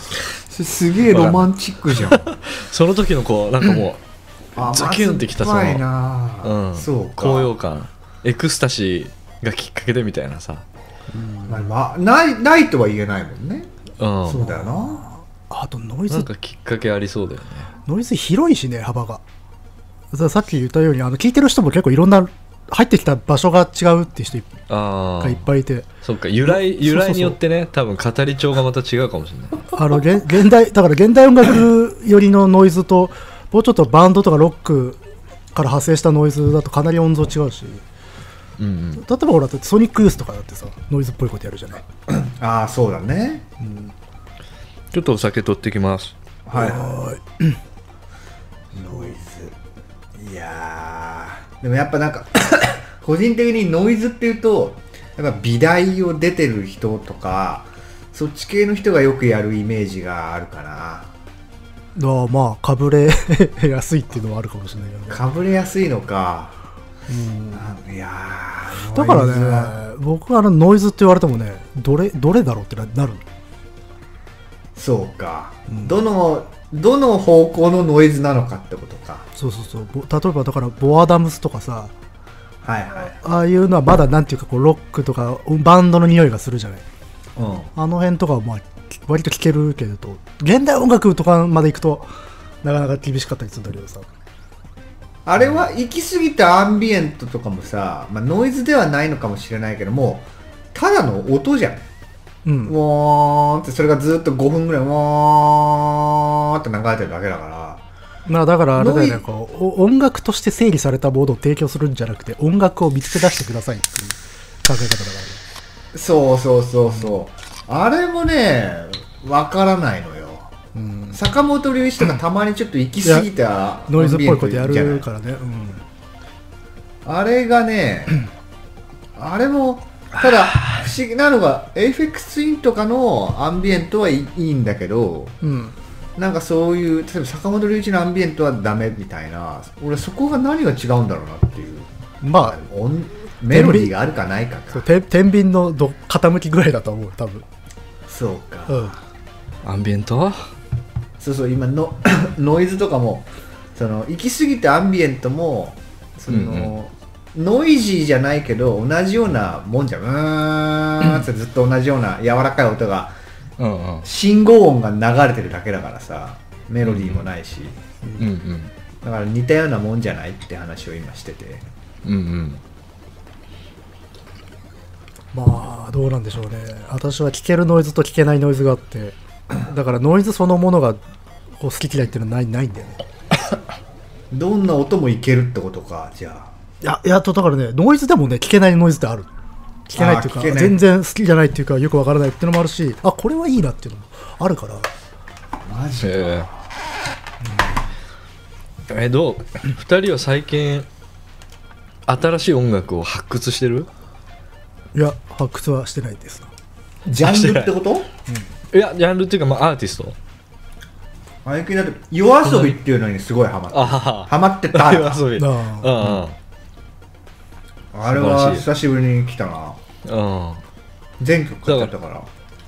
すすげえロマンチッ
*laughs*
クじゃん
その時のこうなんかも
あ
ズキュンってきた
まずっぱいな
*laughs* う、うん、
そうか
高揚感エクスタシーがきっかけでみたいなさ、
まあまあないないとは言えないもんね
うん、
そうだよな
あとノイ
なん
ズ
かきっかけありそうだよね
ノイズ広いしね幅がささっき言ったようにあの聞いてる人も結構いろんな入ってきた場所が違うって人
あ
がいっ
あ
ぱいいて
そっか由来
そう
由来によってね多分語り調がまた違うかもしれない
あの現現代だから現代音楽寄りのノイズともうちょっとバンドとかロックから派生したノイズだとかなり音像違うし
うんうん
例えばほらだってソニックユースとかだってさノイズっぽいことやるじゃない
ああそうだね
ちょっとお酒取ってきます
はい
は
ノイズいやーでもやっぱなんか *coughs* 個人的にノイズっていうとやっぱ美大を出てる人とかそっち系の人がよくやるイメージがあるかな
あまあかぶれやすいっていうのはあるかもしれないけどね
かぶれやすいのか
うん
なんいやー
だか
ノイズは
らね僕はあのノイズって言われてもねどれどれだろうってななる
そうか、どのどの方向のノイズなのかってことか
そうそうそうぼ例えばだからボアダムスとかさ
はいはい
ああいうのはまだなんていうかこうロックとかバンドの匂いがするじゃない
うん
あの辺とかはまあき割と聞けるけれど現代音楽とかまで行くとなかなか厳しかったりするんだけどさ
あれは行き過ぎたアンビエントとかもさ、まあ、ノイズではないのかもしれないけどもただの音じゃん
うん
ウォーンってそれがずっと5分ぐらいウォーンって流れてるだけだから
まあだからあれだよ
ノイ
ねこうお音楽として整理されたボードを提供するんじゃなくて音楽を見つけ出してくださいっていう考え方だからね
そうそうそうそうあれもねわからないのよ
うん
坂本龍一とかたまにちょっと行き過ぎた
ノイズっぽいことや
アンビエントじゃな
る
い
からねうん
あれがね、あれも、ただ、不思議なのが、AFX ツインとかのアンビエントはいいいいんだけど、
うん
なんかそういう、例えば坂本龍一のアンビエントはダメみたいな、俺そこが何が違うんだろうなっていう。
まあ
音メロディーがあるかないか
そう
か。
て天秤のど傾きぐらいだと思う多分
そう
う
か。
ん
アンビエント
そうそう、今の、 *coughs* ノイズとかも、その、行き過ぎたアンビエントも、その、ノイジーじゃないけど同じようなもんじゃんうーんってずっと同じような柔らかい音が
うんうん
信号音が流れてるだけだからさメロディーもないし、
うんうん
だから似たようなもんじゃないって話を今してて
うんうん
まあどうなんでしょうね私は聞けるノイズと聞けないノイズがあってだからノイズそのものがこう好き嫌いっていうのはないないんだよね
どんな音もいけるってことかじゃ
いやいやっとだからねノイズでもね聞けないノイズってある聞けないっていう
あ
か
ー聞けない
全然好きじゃないっていうかよくわからないっていうのもあるしあこれはいいなっていうのもあるから
あマジ
へええどう2人は最近新しい音楽を発掘してる
いや発掘はしてないです
ジャンルってこと
いやジャンルっていうか、まあ、アーティスト
あゆきだって夜遊びっていうのにすごいハマった
あ
ハマってた
*laughs* あ
あ
夜
れ
遊び
な
う
あ
ん
は久しぶりに来たな
うんうん
全曲買っちゃったから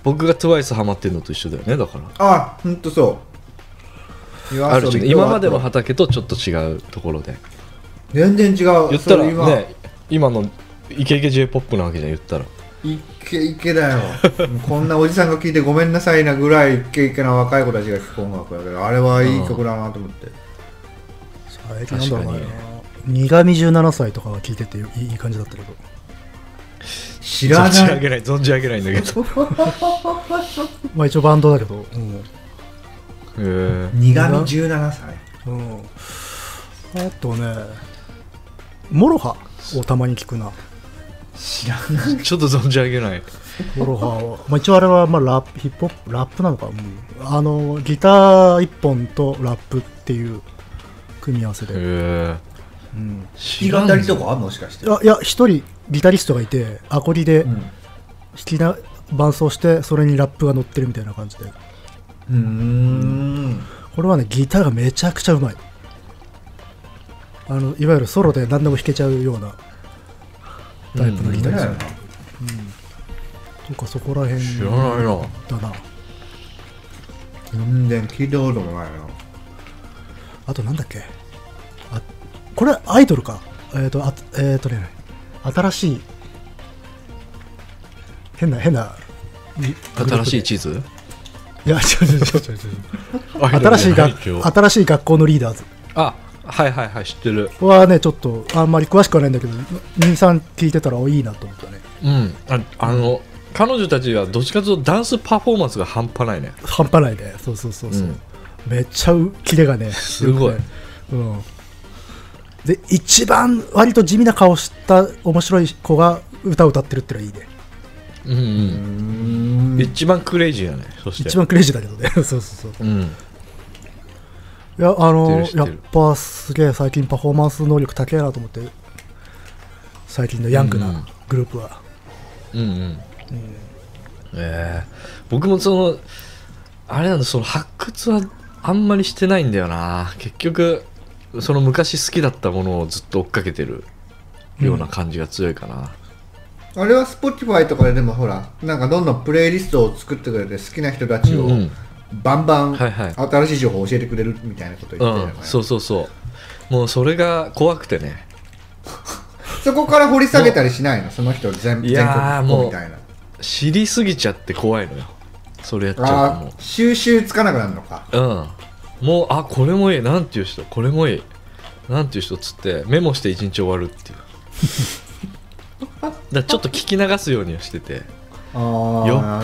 僕が TWICE ハマってるのと一緒だよねだから
あほんとそう
あ
夜
る
遊
種
び
ね
と
今までの畑とちょっと違うところで
全然違う
言ったら
それ今
ね今のイケイケ j p o p なわけじゃん言ったら
いっけいけだよ *laughs* こんなおじさんが聞いてごめんなさいなぐらいいっけいけな若い子たちが聞く音楽だけどあれはいい曲だなと思って、
最近なんだろうな
確か
苦味17歳とかは聞いてていいいい感じだったけど
知ら
存じ
な
上
い
げない存じ上げないんだけど
まあ一応バンドだけど、うん
へー
苦味17歳
うん、あとねモロハをたまに聞くな
知らない *laughs*
ちょっと存じ上げない
モロハを、まあ、一応あれはまあラップヒップホップラップなのか、うんあのギター一本とラップっていう組み合わせで、
へ
うん、
え
弾き語りとかもしかして
あいや一人ギタリストがいてアコギで弾きな、伴奏してそれにラップが乗ってるみたいな感じで
うんうん
これはねギターがめちゃくちゃうまいあのいわゆるソロで何でも弾けちゃうようなタイプのギタリスト、
ね
とかそこら辺
知らないな
だな
全然聞いたこともないな
あとなんだっけあこれアイドルかえっ、とあえっ、とね新しい変な変な
新しい
い
地図
いや違う違う違う違う違う新
新
しいが新しい学校のリーダーズ
あはいはいはい知ってる
はねちょっとあんまり詳しくはないんだけど23聞いてたらおいいなと思ったね
うんああの彼女たちはどっちかというとダンスパフォーマンスが半端ないね
半端ないねそうそうそうそう、
うん
めっちゃうキレがね
すごい
よくねうんで一番割と地味な顔した面白い子が歌を歌ってるってのはいいね
うんうん
うん
一番クレイジーだね *laughs* そして
一番クレイジーだけどねそうそうそう
うん
いやあの
知ってる知っ
やって
る
ぱすげえ最近パフォーマンス能力高いなと思って最近のヤング
うん
なグループは、
うんうんええ僕もそのあれなんだその発掘はあんまりしてないんだよな結局その昔好きだったものをずっと追っかけてるような感じが強いかな、
あれは Spotify とかででもほらなんかどんどんプレイリストを作ってくれて好きな人たちを
うんうん
バンバン
はいはい
新しい情報を教えてくれるみたいなこと言ってた
う
よ
ん
ね、
そうそうそうもうそれが怖くてね
そこから掘り下げたりしないのその人全
い
全曲
やー
聞こうみたいな
知りすぎちゃって怖いのよそれやっちゃう
あ
と
あ収集つかなくなるのか
もううんもうあこれもいいなんていう人これもいいなんていう人っつってメモして一日終わる *laughs* っていうだからちょっと聞き流すようにはしててよっ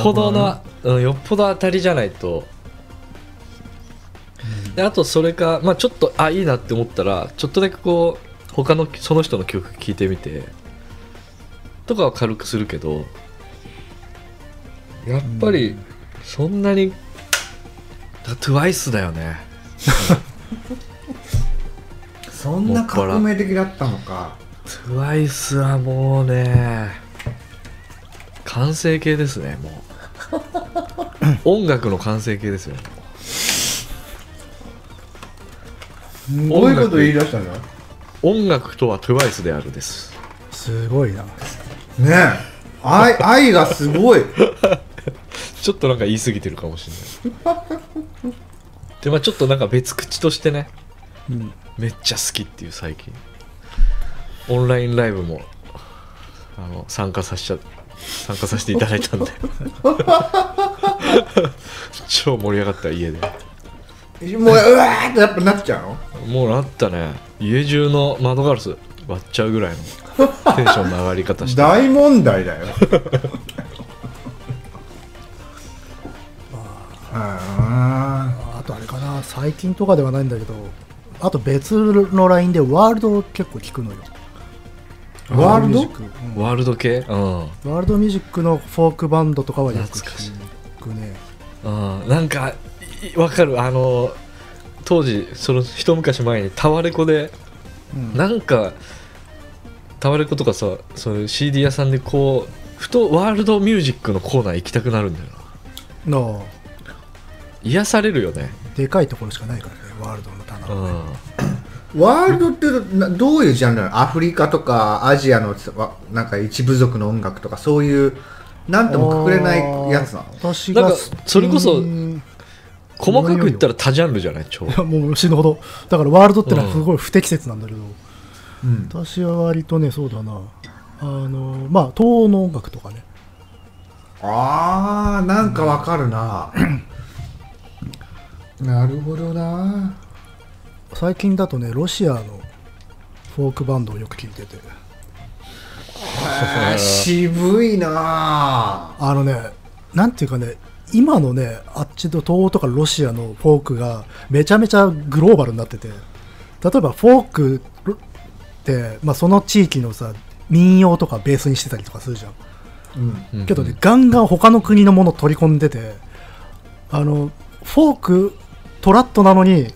ぽどな、うん、よっぽど当たりじゃないと、であとそれか、まあ、ちょっとあいいなって思ったらちょっとだけこう他のその人の曲聴いてみてとかは軽くするけどやっぱりそんなに、だ TWICE だよね
そんな革命的だったのか
TWICE はもうね完成形ですね *laughs* もう音楽の完成形ですよ
すごいこと言い出したんだね
音楽とは TWICE であるです
すごいな
え愛 *laughs* 愛がすごい
ちょっとなんか言い過ぎてるかもしれないでまあちょっとなんか別口としてね、
うん
めっちゃ好きっていう最近オンラインライブもあの参加させちゃ参加させていただいたんで *laughs* 超盛り上がった家で
もううわーってやっぱなっちゃうの
もうなったね家中の窓ガラス割っちゃうぐらいのテンションの上がり方して
大問
*laughs*
題だよあ
あとあれかな最近とかではないんだけどあと別のラインでワールドを結構聞くのよ
ーワールド
ミュジックうん
ワールド系うん
ワールドミュージックのフォークバンドとかはよく
懐かしい
聞くね
うん、なんかいわかるあの当時その一昔前にタワレコで
うん
なんかタワレコとかさそういう CD 屋さんでこうふとワールドミュージックのコーナー行きたくなるんだよな
の
癒されるよね、
でかいところしかないからねワールドの棚
う
は
ん、
ーワールドっていうとなどういうジャンルなのアフリカとかアジアのわなんか一部族の音楽とかそういうなんともくくれないやつなの
私が
なんかそれこそ
うん
細かく言ったら多ジャンルじゃない超
いや *laughs* もう死ぬほどだからワールドってのはすごい不適切なんだけど、
うん
私は割とねそうだなあのまあ東欧の音楽とかね
あーなんかわかるななるほどな
最近だとねロシアのフォークバンドをよく聴いてて
へー渋いな
あのねなんていうかね今のねあっちの東欧とかロシアのフォークがめちゃめちゃグローバルになってて例えばフォークって、まあ、その地域のさ民謡とかベースにしてたりとかするじゃん
ぁ、うん、
うん
けどね、ガンガン他の国のもの取り込んでて、あの、フォーク、トラットなのに、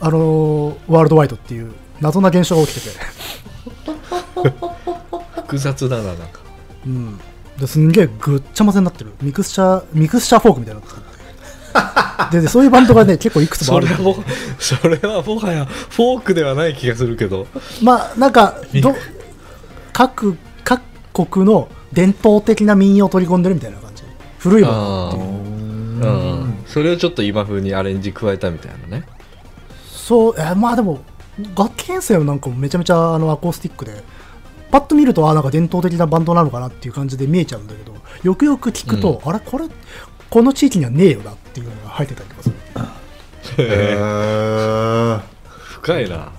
あの、ワールドワイドっていう謎な現象が起きてて、
*laughs* 複雑だななんか
うん。ですんげえぐっちゃ混ぜになってる。ミクスチャー、ミクスチャーフォークみたいになってるでで、そういうバン
*laughs*
ドがね、結構いくつも
そ
あ
れ
る。
はもそれはもはやフォークではない気がするけど
まあ、なんか、ど、各、各国の伝統的な民謡を取り込んでるみたいな感じ。古いものっていう
あうんそれをちょっと今風にアレンジ加えたみたいなね
そう、えーまあでも、楽器編成なんかもめちゃめちゃあのアコースティックで、パッと見ると、あなんか伝統的なバンドなのかなっていう感じで見えちゃうんだけど、よくよく聞くと、あれ、これ、この地域にはねえよなっていうのが入ってたりとかす
*laughs*
る。
へー
深いな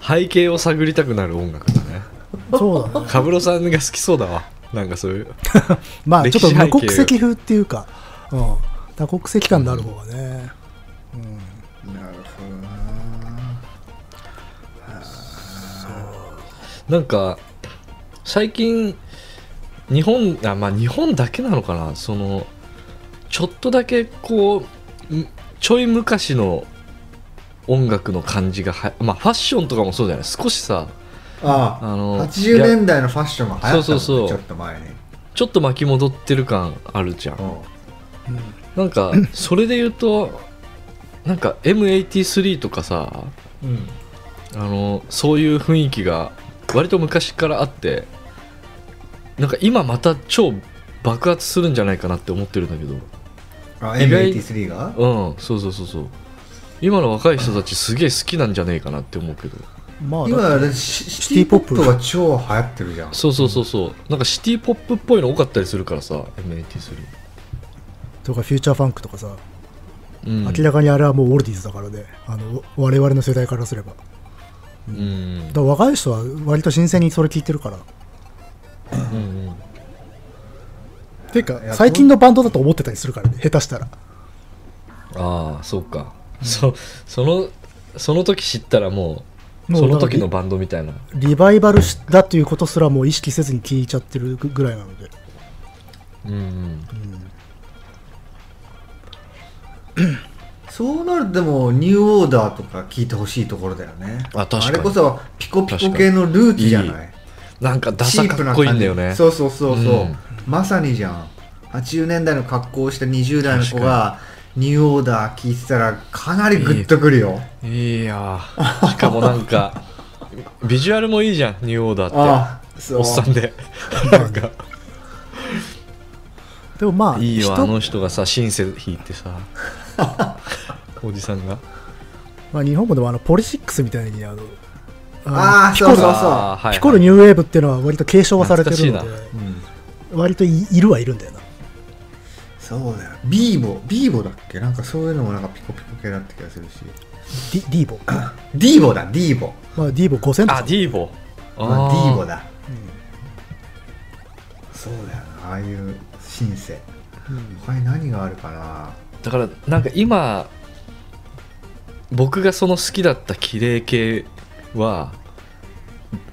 背景を探りたくなる音楽だね
そうだね。
カブロさんが好きそうだわなんかそういう
まあ、ちょっ
歴史
と
背景
多国籍風っていうか、うん、多国籍感のある方がね、
なるほどな
なんか最近日本あまあ日本だけなのかなそのちょっとだけこうんちょい昔の音楽の感じがはまあファッションとかもそうじゃない少しさ
あ
あの
80年代のファッションが流行ったもんね
そうそうそう
ちょっと前に、
ちょっと巻き戻ってる感あるじゃんなんかそれで言うとなんか M83 とかさ
うんうん、
あのそういう雰囲気が割と昔からあってなんか今また超爆発するんじゃないかなって思ってるんだけど
あ
意外
M83 が
うんそうそうそうそう今の若い人たちすげえ好きなんじゃねえかなって思うけど
まあ、
今
だって
シシ
シ
テ
ティ
ィポ
ポッ
ップ
プ
が超流行ってるじゃん
そうそうそうそうなんかシティポップっぽいの多かったりするからさ M83
とかフューチャーファンクとかさ、
うん
明らかにあれはもうオルディーズだからね、あの我々の世代からすれば。
うん
だから若い人は割と新鮮にそれ聞いてるから。
うんうん
ていう
いや
か最近のバンドだと思ってたりするからね下手したら
ああそうか、そそのその時知ったらもう
もう
その時のバンドみたいな
リバイバルだということすらもう意識せずに聞いちゃってるぐらいなので
うんうん
そうなるとでもニューオーダーとか聞いてほしいところだよね
あ確かに
れこそピコピコ系のルーツじゃない
なんかダ
チ
サ
ープ
か
な
っこいい
感
んだよ
じ
ね
そうそうそうそう、
うん
まさにじゃん80年代の格好をした20代の子がニューオーダー聞いてたらかなりグッとくるよ、
いやーしかもなんかビジュアルもいいじゃんニューオーダーって
ああそう
おっさんで *laughs* なんか
でもまあ
いいよ
人
あの人がさシンセ弾いて *laughs* さおじさんが
まあ、日本語でもあのポリシックスみたいにあの
ああ
ピ
そ
コ
う
ル
そう
あーはいはい
ピコルニューウェーブっていうのは割と継承はされてるので
懐か
うん
割といいるはいるんだよな
そうだよビーボビーボだっけなんかそういうのもなんかピコピコ系だった気がするし
ディデ
*laughs*
ィーボま
ディーボだディーボ
あディーボ5000と
あ
か
ディーボ
まあ、ディーボ
だ
だ、そうだよなああいうシンセ他に何があるかな
だからなんか今僕がその好きだった綺麗系は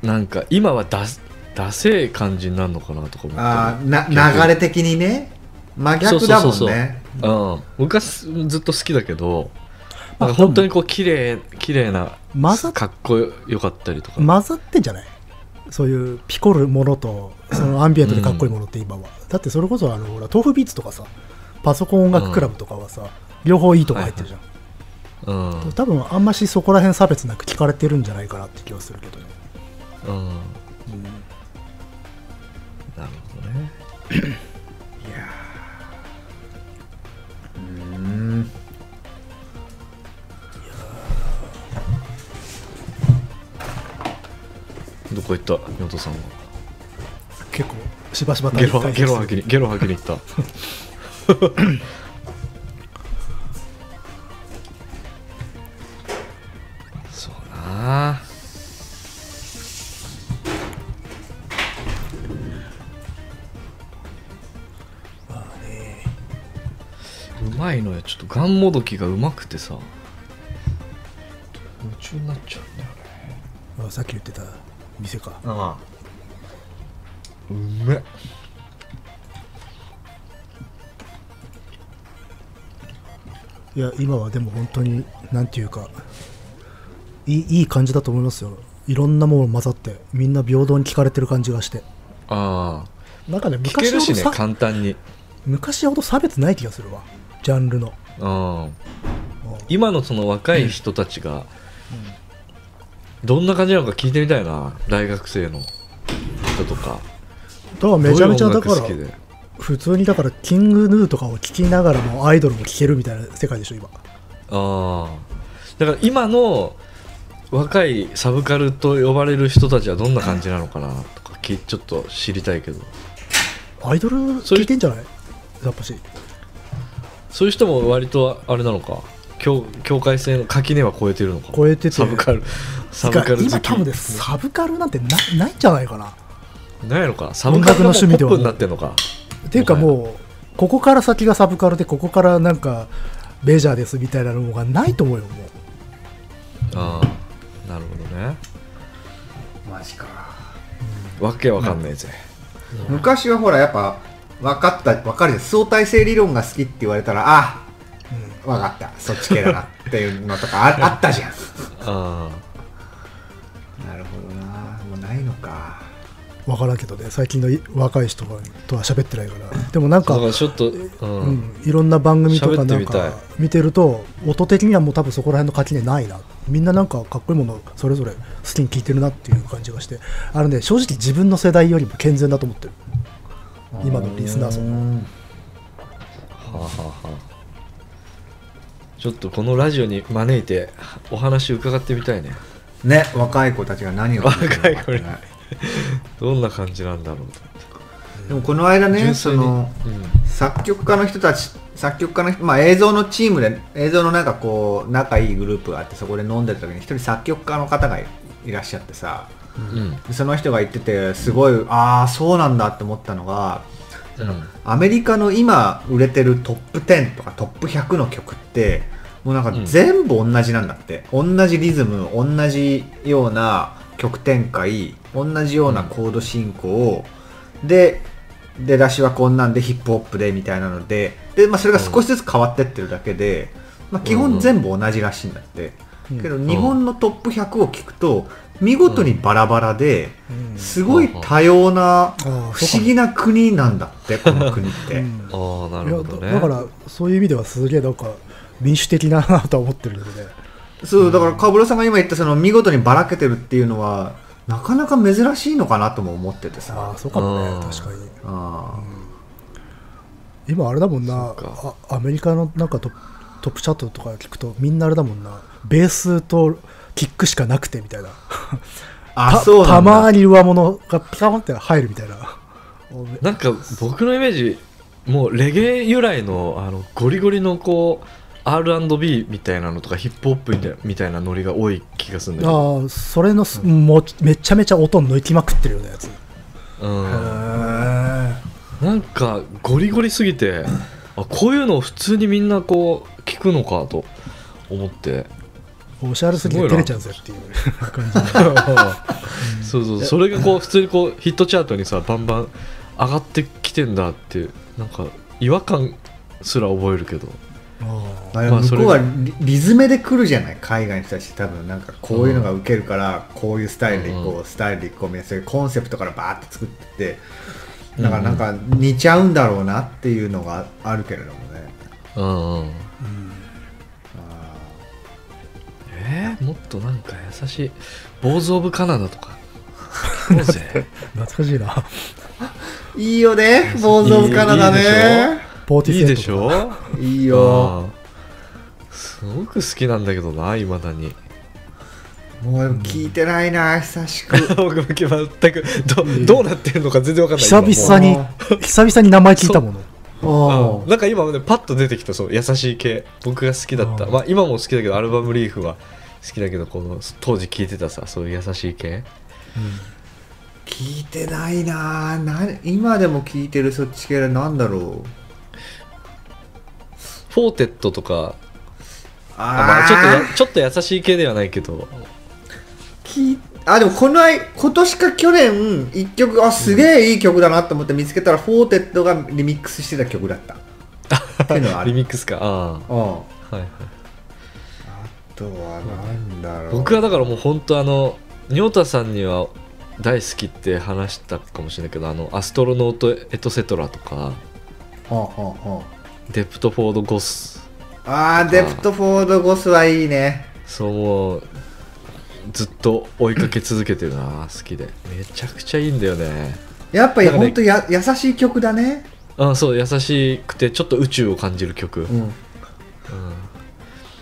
なんか今はダスダセえ感じになるのかなとか思って
あーな
逆に
流れ的にね真逆だもんね
そうそうそうそううん、昔ずっと好きだけどなんか本当にこう綺麗綺麗な
混ざっ
かっこよかったりとか、
混ざってんじゃないそういうピコるもの
*clears throat*
とそのアンビエントでかっこいいものって今は、だってそれこそあのほら豆腐ビーツとかさパソコン音楽クラブとかはさ、両方いいとこ入ってるじゃん、
うんうん、
多分あんましそこら辺差別なく聞かれてるんじゃないかなって気はするけどね
なるほどね
いやーうーん
どこ行った宮本さんは
結構しばしば
ゲロ
大
ゲロ
変
吐
です
きにゲロ吐きに行ったうまいのよちょっとがんもどきがうまくてさ夢中になっちゃうんだよね
あさっき言ってた店か
あ
うめっ
いや今はでも本当になんていうかいいいい感じだと思いますよいろんなもの混ざってみんな平等に聞かれてる感じがして
ああ
なんかね
聞け
昔
る
ほ
し
ど
ね
さ、
簡単に
昔ほど差別ない気がするわジャンルの
うん今のその若い人たちが、どんな感じなのか聞いてみたいな大学生の人とか
だからめちゃめちゃ
ど
だ
う
か
いう音楽
ら
好きで
普通にだからキングヌーとかを聴きながらもアイドルも聴けるみたいな世界でしょ今
ああだから今の若いサブカルと呼ばれる人たちはどんな感じなのかなとかきちょっと知りたいけど
アイドル
それ
聴いてんじゃないやっぱし
そういう人も割とあれなのか境境界線の垣根は超えてるのか
超えてて
サブカルサ
て
ブ
か
カル好き
今多分ねサブカルなんてなないんじゃないかな
ないのかサブカルの
音楽の
趣
趣
味
味
では
では
ポッ
も
プ
う
になってるのか
ていうかもうここから先がサブカルでここからなんかメジャーですみたいなのがないと思うよもう
ああなるほどね
あマジか
わけわかんねえぜ、
昔はほらやっぱ分かった分かるじゃん相対性理論が好きって言われたらあ分かったそっち系だなっていうのとかああったじゃん
あ
なるほどなもうないのか
分からんけどね最近のい若い人とは喋ってないからでもなん
あだ
か
からちょっと、
う
うんん
いろんな番組とか
喋って
なん
みたい
か見てると音的にはもう多分そこら辺の垣根ないなみんななんかかっこいいものそれぞれ好きに聴いてるなっていう感じがしてあのね正直自分の世代よりも健全だと思ってる今のリスナーさん
ん
はあはあはあちょっとこのラジオに招いてお話伺ってみたいね
ね若い子たちが何を思ってるのか
若い子ね
ね
どんな感じなんだろう
でもこの間
と
ね
純
そ
粋に
の作曲家の人たち作曲家の人、まあ、映像のチームで映像のなんかこう仲いいグループがあってそこで飲んでた時に一人作曲家の方がいいらっしゃってさ
うんうん
でその人が言っててすごいああそうなんだって思ったのが
うん
アメリカの今売れてるトップ10とかトップ100の曲ってもうなんか
うん
全部同じなんだって、同じリズム同じような曲展開同じようなコード進行、で出だしはこんなんでヒップホップでみたいなのでで、まあ、それが少しずつ変わってってるだけで、まあ、基本全部同じらしいんだって、
うん
けど日本のトップ100を聞くと見事にバラバラで
うん
すごい多様
あ
な
ー
不思議な国なんだってこの国って。
うん
ああないる
や
ほどね
だだからそういう意味ではすげえなんか民主的だなとは思ってるけどね
そうだからカブロさんが今言ったその見事にばらけてるっていうのはなかなか珍しいのかなとも思ってて
あ
さ
あそうかも
うん
ね確かに
あ
今あれだもんな
そっか
あアメリカのなんかトップトップチャートとか聞くとみんなあれだもんなベースとキックしかなくてみたいな
あ
た
そうな
た
んだ
まに上物がピカンって入るみたいなおめ
なんか僕のイメージもうレゲエ由来のあのゴリゴリのこう R&B みたいなのとかヒップホップみたいなみたいなノリが多い気がするんだけど、
ああそれのすもうめちゃめちゃ音抜きまくってるようなやつ
うん、
へ
なんかゴリゴリすぎてあこういうのを普通にみんなこう聞くのかと思って
おしゃれすぎて照れちゃうぜっていう感じ
そうそうそれがこう普通にこうヒットチャートにさバンバン上がってきてんだってなんか違和感すら覚えるけど
あ
え
まあ
向
そ
こ
れ
うはリリズムで来るじゃない海外の人たち多分なんかこういうのがウケるからこういうスタイルでいこう、
う
スタイルでいこうみたいなそういうコンセプトからバーって作っててだからなんか似ちゃうんだろうなっていうのがあるけれどもね
うんうん
あうん
あ
えー、もっとなんか優しい坊主オブカナダと
*laughs*
かそうぜ
懐かしいな
ーいいよね坊主オブカナダね
ポーテ
い
ィセ
い
ント
でしょ
いい
い
よ
すごく好きなんだけどないまだに *laughs*
もう聞いてないな久しく
僕も全くどどうなってるのか全然わかんない
久
今
々に久々に名前聞いたもの
もううんなんか今ねパッと出てきたそう優しい系僕が好きだった
あー
まあ今も好きだけどアルバムリーフは好きだけどこの当時聞いてたさそういう優しい系
聞いてないなぁな今でも聞いてるそっち系なんだろう
フォーテッドとかあま
あ
あ
ー
ちょっとやちょっと優しい系ではないけど
きあでもこの間今年か去年一曲あすげえいい曲だなと思って見つけたら、フォーテッドがリミックスしてた曲だったっていうのはあ
リ
る
ミックスかあ
うんあ
あ、はいはい、
とはなんだろう
僕はだからもう本当あのにょうたさんには大好きって話したかもしれないけどあのアストロノートエトセトラとか
うんうんうん
デプトフォード・ゴス
あーデプトフォード・ゴスはいいね
そうもうずっと追いかけ続けてるな好きでめちゃくちゃいいんだよね
やっぱり
なんかね
本当や優しい曲だね
あそう優しくてちょっと宇宙を感じる曲、
うん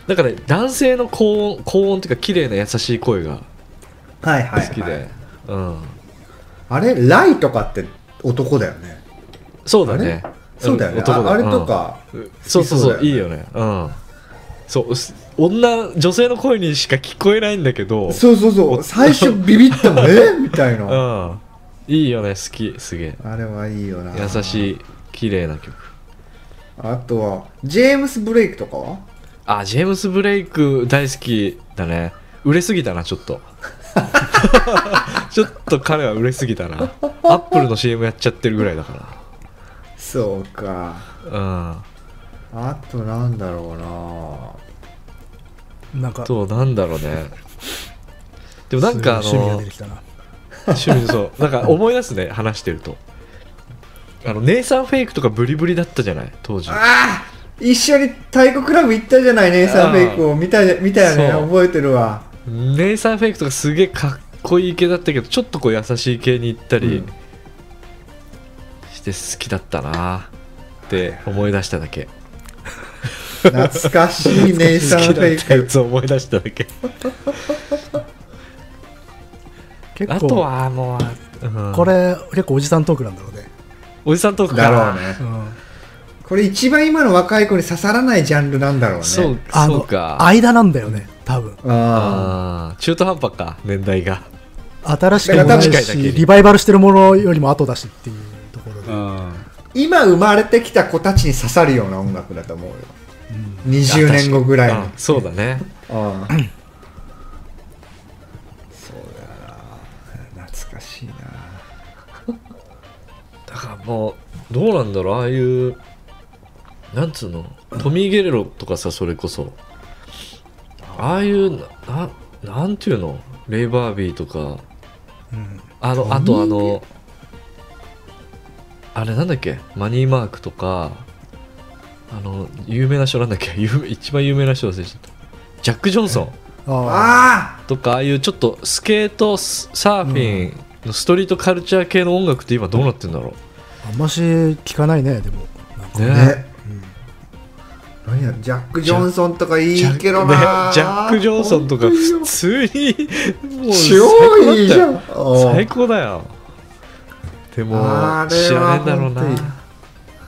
だから男性の高音高音っていうか綺麗な優しい声が
はいはい、
好
はい、
きで、うん
あれライとかって男だよね
そうだね
そうだよね、
ん
ああれとか、
うんそうそうそう
好きそうだよね
いいよねうんそうす女女性の声にしか聞こえないんだけど
そうそうそう最初ビビったも
*laughs*
んえみたいな、
うんいいよね好きすげえ
あれはいいよな
優しい綺麗な曲
あとはジェームス・ブレイクとかは
あジェームス・ブレイク大好きだね売れすぎたなちょっ
*laughs*
とちょっと彼は売れすぎたなアップルの CM やっちゃってるぐらいだか
そうからあとなんだろうな
なん
う
か
んとなんだろうねでもなんかあ
すごい趣味
の
が出てきたな
趣味そうなんか思い出すね話してるとあのネイサン・フェイクとかブリブリだったじゃない当時
あー一緒に太鼓クラブ行ったじゃないねサンフェイクを見た見たよね
そう
覚えてるわ
ネイサン・フェイクとかすげえかっこいい系だったけどちょっとこう優しい系に行ったり
うん
して好きだったなって思い出しただけ
懐かし
*laughs*
いネイサン・フェイ
好きだったや
ク
つを思い出しただけ
結構
あとはもう、うん
これ結構おじさんトークなんだろうね、
おじさんトークか
だ
な
ろうね
うん、
これ一番今の若い子に刺さらないジャンルなんだろうね
そう
あ
そ
の
うか
間なんだよね多分
あ
あー中途半端か年代が
新しくもな
だ
い
から
確かに
しリバイバルしてるものよりも後だしっていうところで、
あ今生まれてきた子たちに刺さるような音楽だと思うよ20年後ぐらいの
あそうだね
ああそうだよな懐かしいな
だからもうどうなんだろうああいうなんつうのトミー・ゲレロとかさそれこそああいうなななんていうのレイバービーとか
うん
あのあとあのあれなんだっけマニーマークとかあの有名な人なんだっけ *laughs* 有名一番有名な人忘れちゃったジャック・ジョンソン
あ
あ
とかああいうちょっとスケートスサーフィンのストリートカルチャー系の音楽って今どうなってんだろ
ああんまし聞かないねでもなん
う
か
ね
あね何やジャック・ジョンソンとかいいけど
ね
な
ジャック・ジョンソンとか普通にもう最
超
高だったよ
いいじゃん
最高だよでも
あれは
知らねえんだろうな
本当に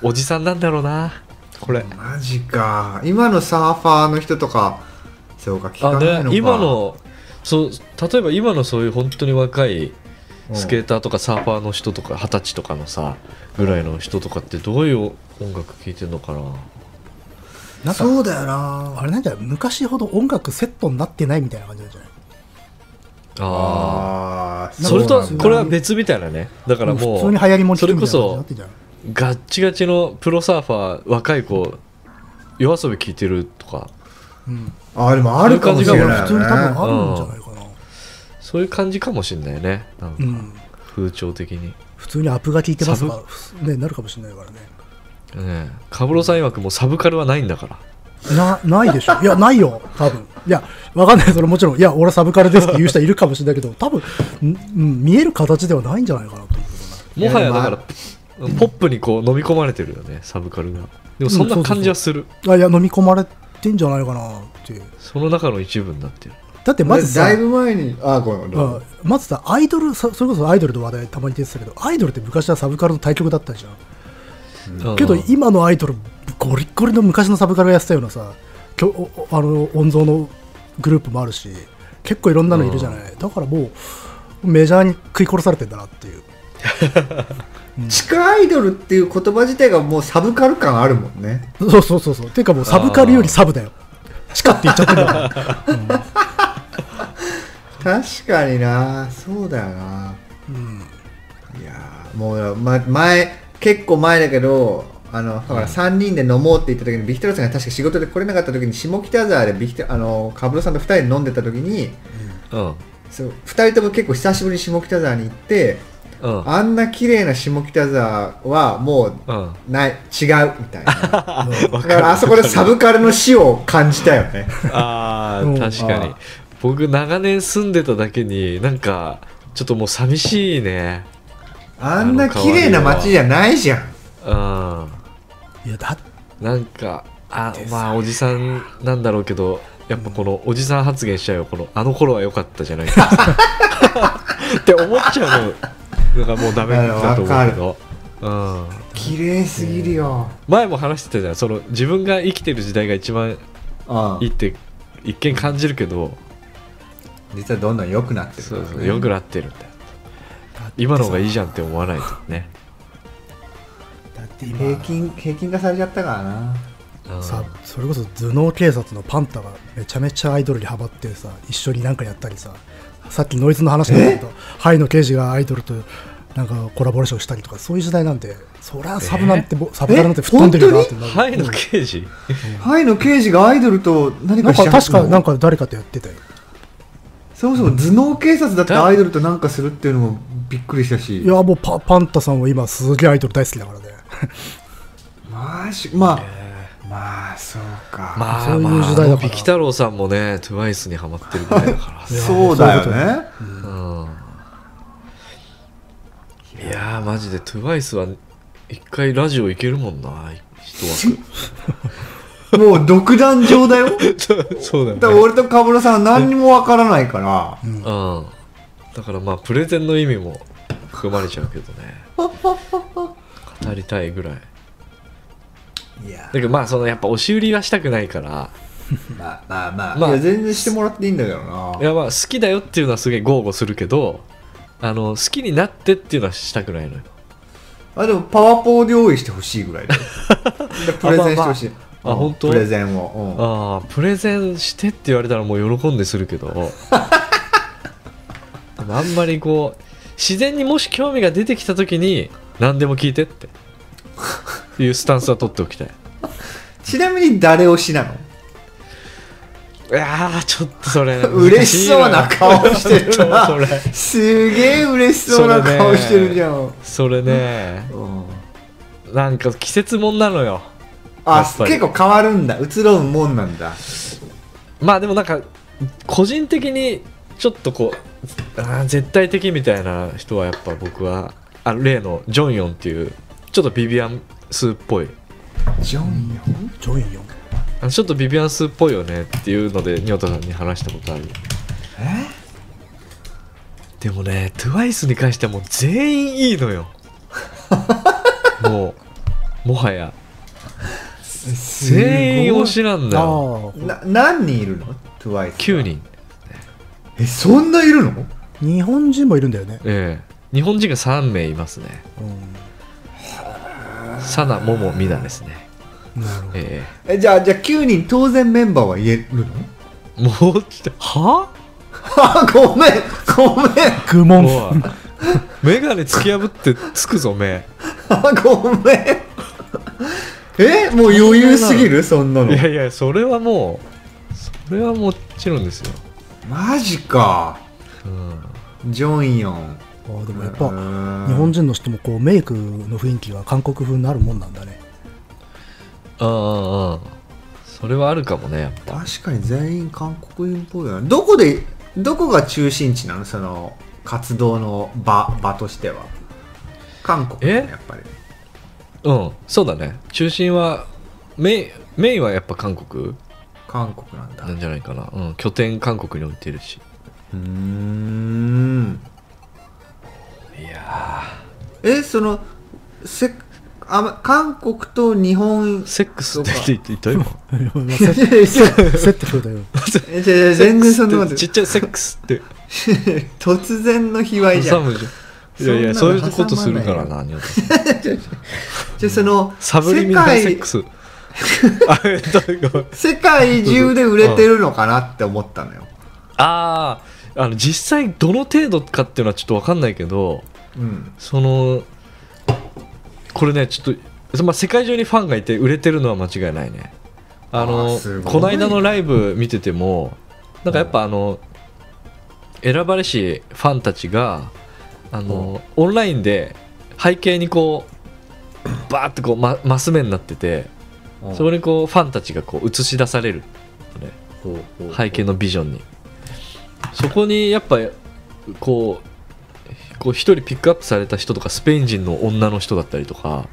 おじさんなんだろうなこれ
マジか今のサーファーの人とかそうか聞か
あ
ないのか
ね今のそう例えば今のそういう本当に若いスケーターとかサーファーの人とか二十歳とかのさぐらいの人とかってどういう音楽聴いてんのかな
なんか
そうだよな
あれなんじゃない昔ほど音楽セットになってないみたいな感じなんじゃない
あ
ああ
ーそれと
そうなんだ
これは別みたいなねだからもう
普通に流行りもん
それこ
みたいな
そ
感じになってんじゃない
ガッチガチのプロサーファー若い子夜遊び聴いてるとか
うん
あでもあるかもしれ
い
ない
や普通に多分
よね
あるんじゃないかな、
そういう感じかもしんないねなん
う
か
ん、
風潮的に、
普通にアップが効いてますとか、ね、なるかもしれないからね
ねえカブロさん曰くもうサブカルはないんだから
なないでしょいやないよ多分いやわかんないそれもちろんいや俺サブカルですって言う人いるかもしれないけど多分んうん見える形ではないんじゃないかなと思う
もはやだか
いや
らポップにこう飲み込まれてるよねサブカルがでもそんな感じはする、
けどないや飲み込まれてんじゃないかなっていう
その中の一部になってる
だってま
俺
ずさ
だいぶ前にあごめんごめん
うんまずさアイドルさそれこそアイドルの話題たまに出てたけどアイドルって昔はサブカルの対局だったじゃん
うん
けど今のアイドルゴリッゴリの昔のサブカルがやってたようなさきょおあの音像のグループもあるし結構いろんなのいるじゃないだからもうメジャーに食い殺されてんだなっていう
地下アイドルっていう言葉自体がもうサブカル感あるもんね
そうそうそうそう。ていうかもうサブカルよりサブだよ。地下って言っちゃってるんだから。
確かになそうだよなうんいやーもう、ま、前結構前だけどあのだから3人で飲もうって言った時にビキトラさんが確か仕事で来れなかった時に下北沢でビキトあのカブロさんと2人で飲んでた時に
うん
そう2人とも結構久しぶりに下北沢に行って
うん
あんな綺麗な下北沢はもう
うん
ない違うみ
*laughs*
たいなだからあそこでサブカルの死を感じたよ
*laughs*
ね
あ
うん
ー確か
あ
に
ー
僕長年住んでただけになんかちょっともう寂しいね
あんな綺麗な街じゃないじゃん
うん
いや、だっ
なんかあまあおじさんなんだろうけどやっぱこのおじさん発言しちゃうよこのあの頃は良かったじゃないかって思っちゃうのがもうダメだと思うけど、うん、
綺麗すぎるよ、
前も話してたじゃんその自分が生きてる時代が一番
ああ
いいって一見感じるけど
実はどんどん良くなってるか
そ
ら
う
ね
そう良くなってるんだよ今の方がいいじゃんって思わないとね
だって
平
今、
均平均化されちゃったからな
うん
さ、それこそ頭脳警察のパンタがめちゃめちゃアイドルにハマってさ、一緒になんかやったりさ、さっきノイズの話だけど、ハイの刑事がアイドルとなんかコラボレーションしたりとか、そういう時代なんで、そりゃサブなんて、ぼサブカルなんて吹っ飛んでるよなってなる。
はいの刑事
ハイの刑事がアイドルと何
な
か
んか
して
確かなんか誰かとやってたよ。
そもそも頭脳警察だってアイドルと何かするっていうのもびっくりしたし
いや、もうパパンタさんは今、すげえアイドル大好きだからね。
マジまあ、まあそうか、
*laughs* まあ
そういう
まあ
時代だから
あのビキ太郎さんもね TWICE にハマってるぐらいだ *laughs* か
そうだよね
らうんいやーマジで TWICE は一回ラジオ行けるもんな一
もう独断
*laughs*
上だよ
枠 *laughs* そう
だから俺とカブラさんは何にもわからないから、
うんだからまあプレゼンの意味も含まれちゃうけどね語りたいぐらい
いや
だけどまあそのやっぱ押し売りはしたくないから
まあまあまあ、
まあ
いや全然してもらっていいんだけどない
やまあ好きだよっていうのはすげえ豪語するけどあの好きになってっていうのはしたくないのよ
あでもパワポで用意してほしいぐらい
*laughs*
だよでプレゼンしてほしい
あ本当
プレゼンを、うん
ああプレゼンしてって言われたらもう喜んでするけど *laughs* でもあんまりこう自然にもし興味が出てきた時に何でも聞いてっていうスタンスは取っておき *laughs* たい
ちなみに誰推しなの
いやーちょっとそ *laughs* れ
嬉しそうな顔してるな
それ
すげえ嬉しそうな顔してるじゃん、
それね
うん
なんか季節もんなのよや
あ
っぱり
結構変わるんだ移ろうもんなんだ
まあでもなんか個人的にちょっとこうあー絶対的みたいな人はやっぱ僕はあ例のジョンヨンっていうちょっとビビアンスっぽい
ジョンよ
ジョインよ。
あのちょっとビビアンスっぽいよねっていうので仁ョタさんに話したことある
え
でもね TWICE に関してはもう全員いいのよもうもはや
すごい
全員推しなんだ
あ
よ
あ、
な何人いるの ?TWICE
9人
えそんないるの
日本人もいるんだよね。
ええ日本人が3名いますねサナモモミナですね
うん、なるほど。
え
えじゃあじゃあ9人当然メンバーは言えるの *laughs*
えもうちょっとは
あごめんごめん
愚問。
おいメガネ突き破ってつくぞ目
あごめん *laughs* えもう余裕すぎるそんないの
やいやそれはもうそれはもちろんですよ、
マジか
うん、
ジョンヨン
ああでもやっ
う
ぱ
ーん
日本人の人もこうメイクの雰囲気が韓国風になるもんなんだね。
ああああそれはあるかもねやっぱ
確かに全員韓国人っぽいよねどこでどこが中心地なのその活動の場場としては韓国だね
え
やっぱり
うんそうだね中心はメインメインはやっぱ韓国
韓国なんだ
なんじゃないかな、うん、拠点韓国に置いてるし
うーん
いや
えそのせあ韓国と日本
セックスって言って言った今
いやいやいや
セットそうだよ。
えじゃあ *laughs* じゃあ全然そんなこ
セックスって
と
ちっちゃいセックスって
*laughs* 突然の卑猥じゃ
挟
ん
むじゃんいやいや
そ
そ
ん
う
ないの
うことするから
挟
なニョータさん
じゃあその
サブリミナルセックス *laughs* あえっとごめん
世界世界中で売れてるのかなって思ったのよ、
あーあの実際どの程度かっていうのはちょっと分かんないけど
うん、
そのこれねちょっと、まあ、世界中にファンがいて売れてるのは間違いないねあ
あー
の
すごい
この間のライブ見ててもなんかやっぱあの選ばれしファンたちがあのオンラインで背景にこうバーってこう、ま、マス目になっててそこにこうファンたちがこう映し出される
こう
背景のビジョンにそこにやっぱこうこう一人ピックアップされた人とかスペイン人の女の人だったりとか、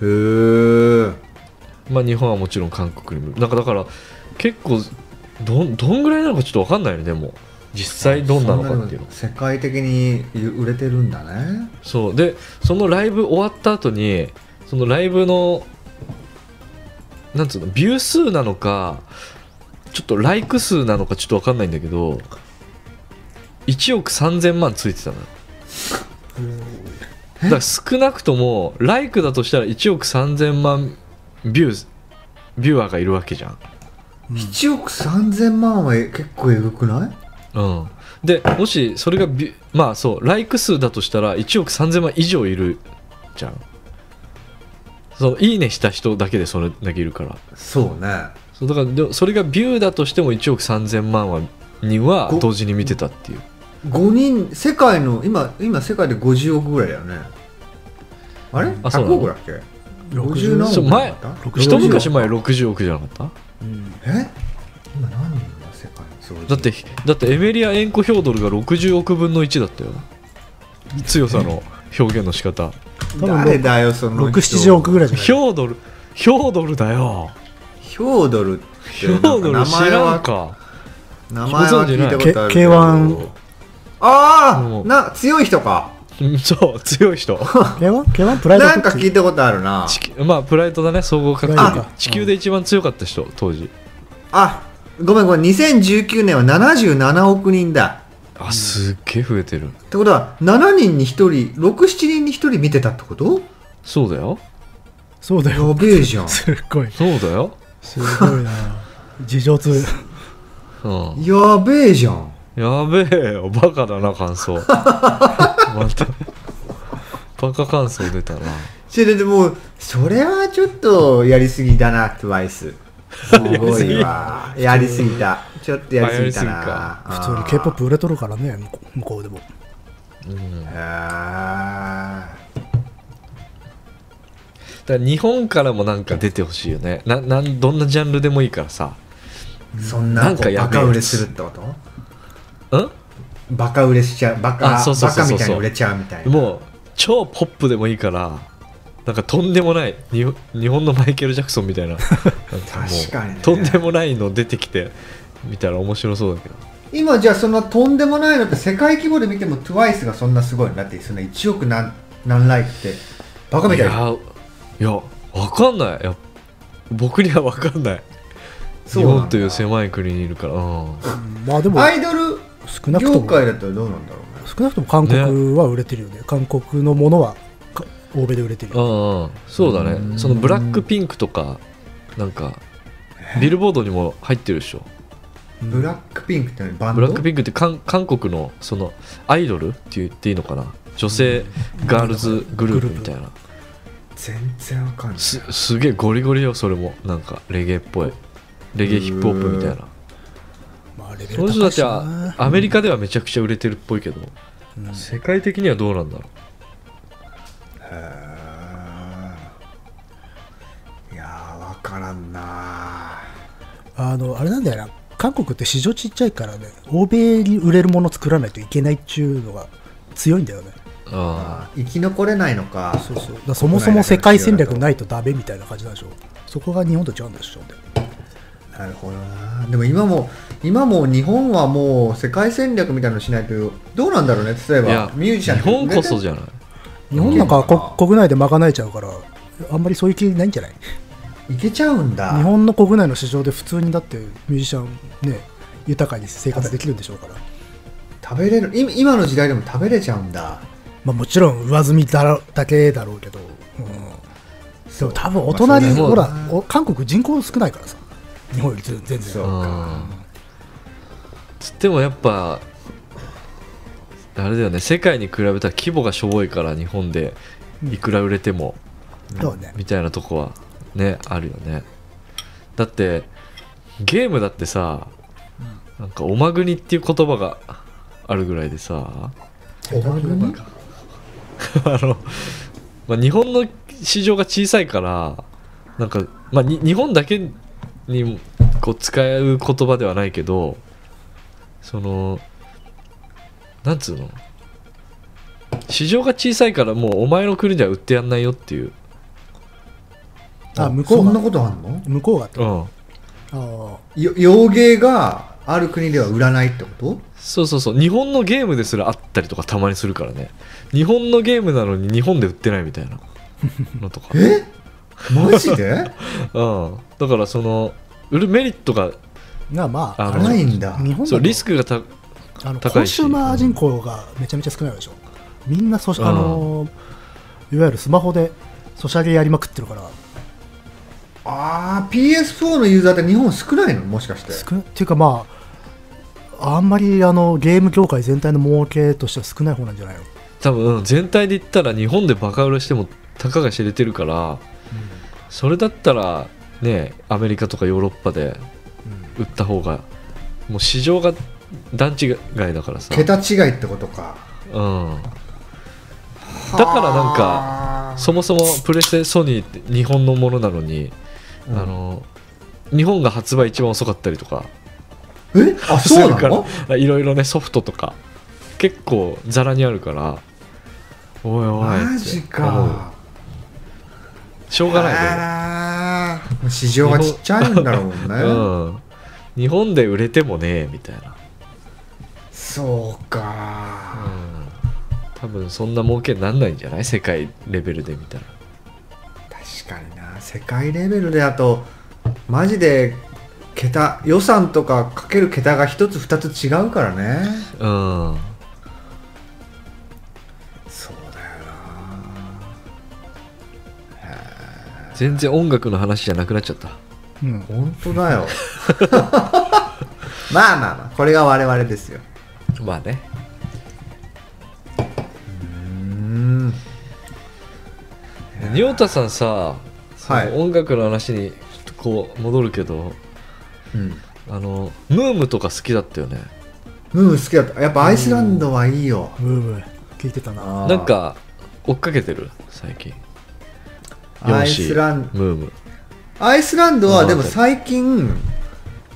へー
まあ、日本はもちろん韓国にもなんかだから結構どんどんぐらいなのかちょっと分かんないよねでも実際どんなのかっていうの
そんなの世界的に売れてるんだね
そうでそのライブ終わった後にそのライブのなんつうのビュー数なのかちょっとライク数なのかちょっと分かんないんだけど1億3000万ついてたのよだから少なくともライクだとしたら1億3000万ビュービュアーがいるわけじゃん
1億3000万は結構えぐくない
うん、でもしそれがビュまあそうライク数だとしたら1億3000万以上いるじゃんそのいいねした人だけでそれだけいるから
そうね
そうだからでそれがビューだとしても1億3000万はには
ご
同時に見てたっていう
5人世界の今今世界で50億ぐらいだよねあれ
あそうな
?100
の
億だっけ
60
50何
そう
億
前
だった
60
一昔前60億じゃなかった
うん
え今何人だ世界にそう
だってだってエメリア・エンコ・ヒョードルが60億分の1だったよ強さの表現の仕方
多分
誰だよその人
67億ぐらいじゃない
ヒョードルヒョードルだよ
ヒョードルって
ヒ
な
ョ
んか
ードル知
名前
らん
は
か
名前は聞いたことあるけ
け
ど
K1
あ
う
あ
ん
な強い人か
うんそう強い人
K1? K1 プライド
な
フッ
ん
クス
か聞いたことあるな
地球まあプライドだね総合格
あ
闘技地球で一番強かった人当時
あごめんごめん2019年は77億人だ
あすっげえ増えてる
ってことは7人に1人67人に1人見てたってこと
そうだよ
そうだ
*laughs*
よ
やべえじゃん
すっごい
そうだよ
すごいな事情通
うん
やべえじゃん
やべえよバカだな感 *laughs* 想またバカ感想出たな
それでもうそれはちょっとやりすぎだな TWICE すごいわやりすぎたちょっとやりすぎた
あ
な
普通に k p o p 売れとるからね向こう向こうでも
うんだか
あ
ら日本からもなんか出てほしいよねななんどんなジャンルでもいいからさ
ーそんな
なんかやべえやつ
バカ売れするってこと
うん
バカ売れしちゃうバカ
あそうそう
バ
そう
カ
そう
みたいに売れちゃうみたいな
もう超ポップでもいいからなんかとんでもないに日本のマイケル・ジャクソンみ *laughs* たいななんかもう
確かにね
とんでもないの出てきてみたら面白そうだけど
今じゃあそんなとんでもないのって世界規模で見ても TWICE がそんなすごいんだってその1億何何ライクってバカみたい
い
な
やいや分かんないいや僕には分かんない
そ
日
うなんだ
本という狭い国にいるから、うん
うんまあでも
アイドル
少なくと
業
も
界だったらどうなんだろうね
少なくとも韓国は売れてるよね韓国のものはか欧米で売れてる
う
よ
んうんそうだ
う
ね
ん
そのブラックピンクとかなんかビルボードにも入ってるでしょ
ブラックピンクって何バンド
ブラックピンクって韓韓国のそのアイドルって言っていいのかな女性ガールズグループみたいな
全然わかんない
すすげえゴリゴリよそれもなんかレゲエっぽいレゲエヒップホップみたいな
まあレベ
そ
ル
の人
高
た
いし
ちは
な
アメリカではめちゃくちゃ売れてるっぽいけど、
うん
世界的にはどうなんだろ
へーいやーわからんな
あのあれなんだよな韓国って市場ちっちゃいからね欧米に売れるもの作らないといけないっちゅうのが強いんだよね
うあ
生き残れないのか
そうそうだからそもそも世界戦略ないとダメみたいな感じなんでしょそこが日本と違うんでしょ
なるほどなでも今も今も日本はもう世界戦略みたいなのしないとどうなんだろうね例え
あいや
ばミュージシャン
日本こそじ
ゃ
ゃない
日本なんか
うん
こ国内で賄えちゃうからあんまりそういう気ないんじゃない
いけちゃうんだ
日本の国内の市場で普通にだってミュージシャンね豊かに生活できるんでしょうから
食べれる今今の時代でも食べれちゃうんだ
まあ、もちろん上積みだろだけだろうけど、うん、でも多分お隣、
まあそれも
ほらお韓国人口少ないからさ日本より全全然
そう
うんつってもやっぱあれだよね世界に比べたら規模がしょぼいから日本でいくら売れても、
そうね
みたいなとこはねあるよねだってゲームだってさなんか「おまぐに」っていう言葉があるぐらいでさ
おばぐに
あの、まあ、日本の市場が小さいからなんか、まあ、に日本だけにこう使う言葉ではないけどそのなんつうの市場が小さいからもうお前の国では売ってやんないよっていう、
あ向こう
そ
が
んなことあんの
向こうがって
う
あ
ん、
あ
よ洋芸がある国では売らないってこと
そうそうそう日本のゲームですらあったりとかたまにするからね日本のゲームなのに日本で売ってないみたいなのとか、うん、
えマジで
だからその売るメリットが
まあまあ
あの
あれだ
な
ね
いんだ
日本
そうリス
ク
クがた
あのコ
高
ン
いし
シューマー人口がめちゃめちゃ少ないでしょみんなそし、
うん
あのいわゆるスマホでソシャゲやりまくってるから
ああ PS4 のユーザーって日本少ないのもしかして
少なっていうかまああんまりあのゲーム業界全体の儲けとしては少ない方なんじゃないの
多分うん全体で言ったら日本でバカ売れしてもたかが知れてるから、それだったらねアメリカとかヨーロッパで売った方がもう市場が段違いだからさ、うん、だ
桁違いってことか
からなんか
はー
そもそもプレステソニーって日本のものなのに、
うん
あの日本が発売一番遅かったりとか
えあ
す
そう
る
な
か
の
ら *laughs* いろいろねソフトとか結構ざらにあるからおいおいって
マジか
しょうがない
あー市場がちっちゃいんだろうね、
ね、うん、日本で売れてもねみたいな、
そう
う
か
ん、多分そんな儲けになんないんじゃない世界レベルで見たら
確かにな世界レベルであとマジで桁予算とかかける桁が一つ二つ違うからね
うん
そうだよ
全然音楽の話じゃなくなっちゃった
うん
な本当だよ *laughs* まあまあまあこれが我々ですよ
まあね
うん
仁タさんさ、その
はい
音楽の話にちょっとこう戻るけど
うん
あのムームとか好きだったよね
ムー好きだったやっぱアイスランドはいいよ
ムーム聞いてたな
あー
なんか追っかけてる最近
アイスラン
ドムーム
アイスランドは
うん
でも最近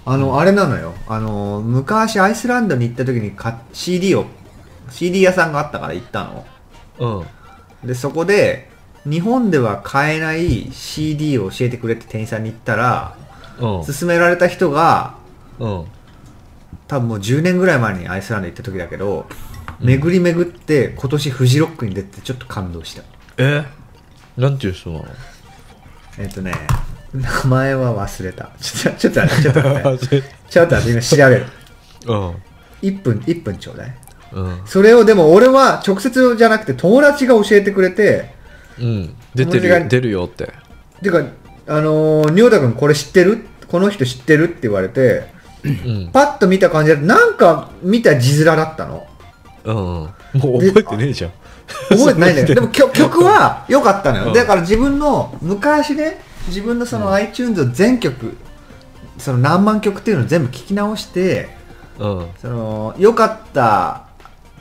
あのあれなのよあの昔アイスランドに行った時に買っ CD を CD 屋さんがあったから行ったの
うん
でそこで日本では買えない CD を教えてくれって店員さんに言ったら
うん
勧められた人が
うん
多分もう10年ぐらい前にアイスランド行った時だけど巡り巡って今年フジロックに出てちょっと感動した
えなんていう人な *laughs* の
えっ、とね名前は忘れたちょっとちょっと待ってちょっと待って
う
ちょっと待って今調べる
ん
1分1分ちょうだい
うん、
それをでも俺は直接じゃなくて友達が教えてくれて
うん、出てる
友達が
よ出るよって
てかあのー、仁太君これ知ってるこの人知ってるって言われて
うん
パッと見た感じだとなんか見た字面だった
*laughs*
の
うんもう覚えてねえじゃん
覚えてないんだけどでも
*laughs*
曲曲は良かったのよ、
うん
だから自分の昔ね自分のその iTunes を全曲その何万曲っていうのを全部聞き直して
うん
その良かった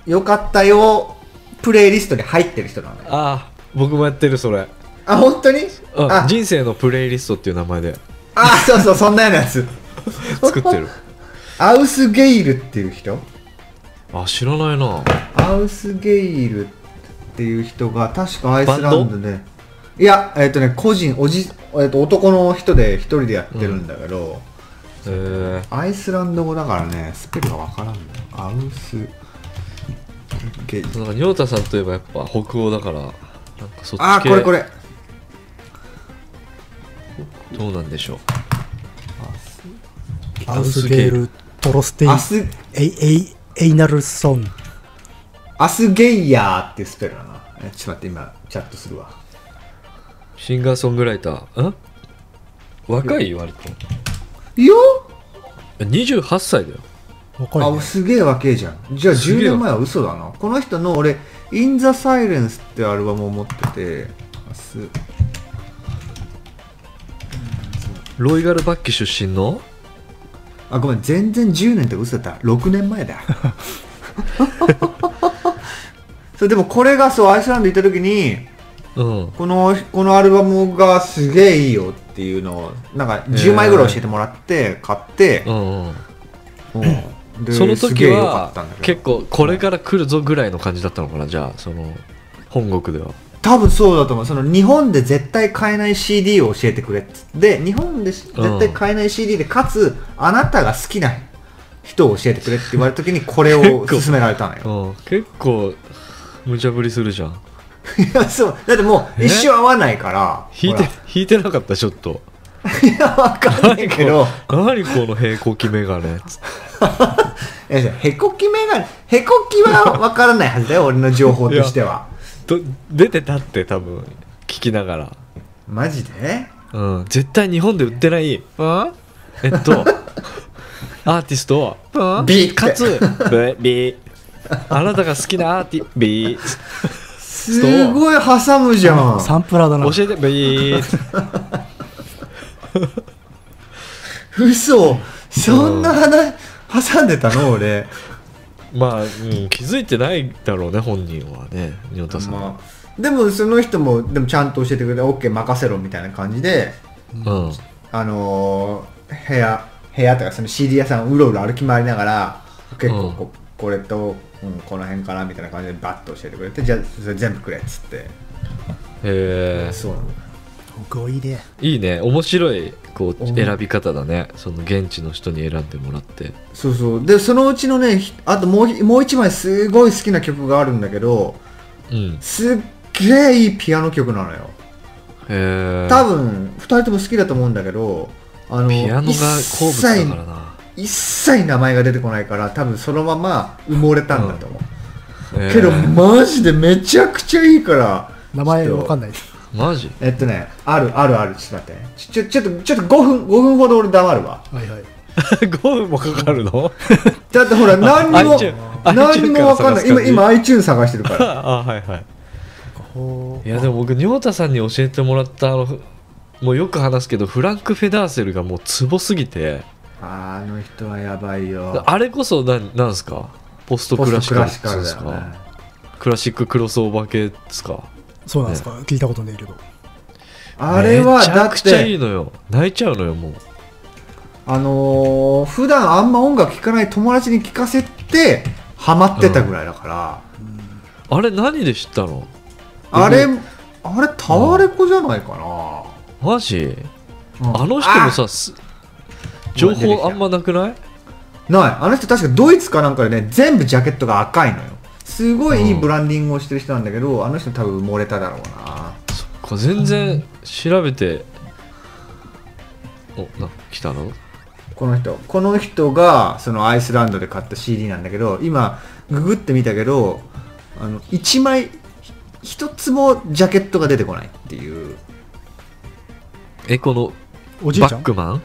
良かったよプレイリストに入ってる人なのよ
あー僕もやってるそれ、
あ本当に
うん
あ、
人生のプレイリストっていう名前で
あそうそうそんなようなや
*laughs*
つ
作ってる
アウスゲイルっていう人
あ知らないな
アウスゲイルっていう人が確かアイスランドでいやえっ、とね個人おじ、えっと男の人で一人でやってるんだけど、
えー、
アイスランド語だからねスペルがわからんのよアウスゲイル
なんか仁太さんといえばやっぱ北欧だからなんかそっち系
あーこれこれ
どうなんでしょう
アウスゲールトロステイ
アス
エイエイエイナルソン
アスゲイヤーっていうスペルだなえちょっと待って今チャットするわ
シンガーソングライターん若い割と
いや
28歳だよ
若い、
あ
ね、
すげえわけじゃんじゃあ
す
10
げえ
年前は嘘だなこの人の俺「In the Silence」ってアルバムを持っててあす
ロイガルバッキ出身の
あごめん全然10年って嘘だった6年前だ *laughs* そうでもこれがそうアイスランド行った時に
うん
このこのアルバムがすげえいいよっていうのをなんか10枚ぐらい教えてもらって買って
う、んうん
うんで
その
す
時
げえ良か
は
ったんだけど
結構これから来るぞぐらいの感じだったのかなじゃあその本国では
多分そうだと思うその日本で絶対買えない CD を教えてくれっつってで日本でし
うん
絶対買えない CD でかつあなたが好きな人を教えてくれって言われた時にこれを
*laughs* 結構
勧められたのよ
うん結構無茶ぶりするじゃん
いや *laughs* そうだってもう
え
一生合わないから
引いて
ほ
引いてなかったちょっと
らいやわかんないけど
何この平行期メガネつって
いやへこきメガネへこきはわからないはずだよ俺の情報としては
*laughs* ど出てたって多分聞きながら
マジで
うん、絶対日本で売ってない、うんえっ *laughs* とアーティスト、うん
ビーって
かつビーあなたが好きなアーティビー
すごい挟むじゃん
サンプラーだな
教えてビー
嘘そんな話挟んでた
*laughs*
の俺
まあ、うん、気づいてないだろうね本人はね仁田さん、
まあ、でもその人もでもちゃんと教えてくれて OK 任せろみたいな感じで
うん、
あのー部屋部屋とかその CD 屋さんをうろうろ歩き回りながら結構こ,、これと、うん、この辺かなみたいな感じでバッと教えてくれてじゃあそれ全部くれっつって、
えー
そうなの
僕をいいね
いいね面白いこう
うん
選び方だねその現地の人に選んでもらって
そうそうでそのうちのねひあともうひもう一枚すごい好きな曲があるんだけど
うん
すっげえいいピアノ曲なのよ
へー
多分2人とも好きだと思うんだけどあの
ピアノが好物だからな
一切名前が出てこないから多分そのまま埋もれたんだと思う、
えー
けどマジでめちゃくちゃいいから
名前わかん
い
ないです
マ
*laughs*
ジ
えっとねあるあるあるちょっと待ってねちょちょちょっとちょっと5分五分ほど俺黙るわ
はいはい
5分もかかるの
だってほら何にも
iTune
何にもわかんない
iTune から探す感
今
じ
今 iTunes 探してるから
あはいはい
ほ
いやでも僕仁太さんに教えてもらったあのふもうよく話すけどフランク・フェダーセルがもうツボすぎて
あーあの人はやばいよ
あれこそなんなんすかポスト
ポ
ク
ス
ラ
ト
シ
ク
カル
ラ
っ
シ
てい
カ
うんで
ルだ
す
よ
か
ね
クラシッククロスオーバー系ですか
そうなんですか、聞いたことないけど
あれは
めち
だ
ゃ
っ
くちゃい
て
いのよ泣いちゃうのよもう
あのー、普段あんま音楽聴かない友達に聴かせてハマってたぐらいだから、
あれ何で知ったの
あれ、あれ、タワレコじゃないかな。
マジ
うん
あの人もさす情報あんまなくない
あない。あの人確かドイツかなんかでね、全部ジャケットが赤いのよ。すごいいい
うん
ブランディングをしてる人なんだけど、あの人多分埋もれただろうな。
そっか全然調べておな来たの
この人。この人が、そのアイスランドで買った CD なんだけど、今、ググってみたけど、あの、1枚、ひ一つもジャケットが出てこないっていう。
えこの
おじい
バ
ちゃん
ックマン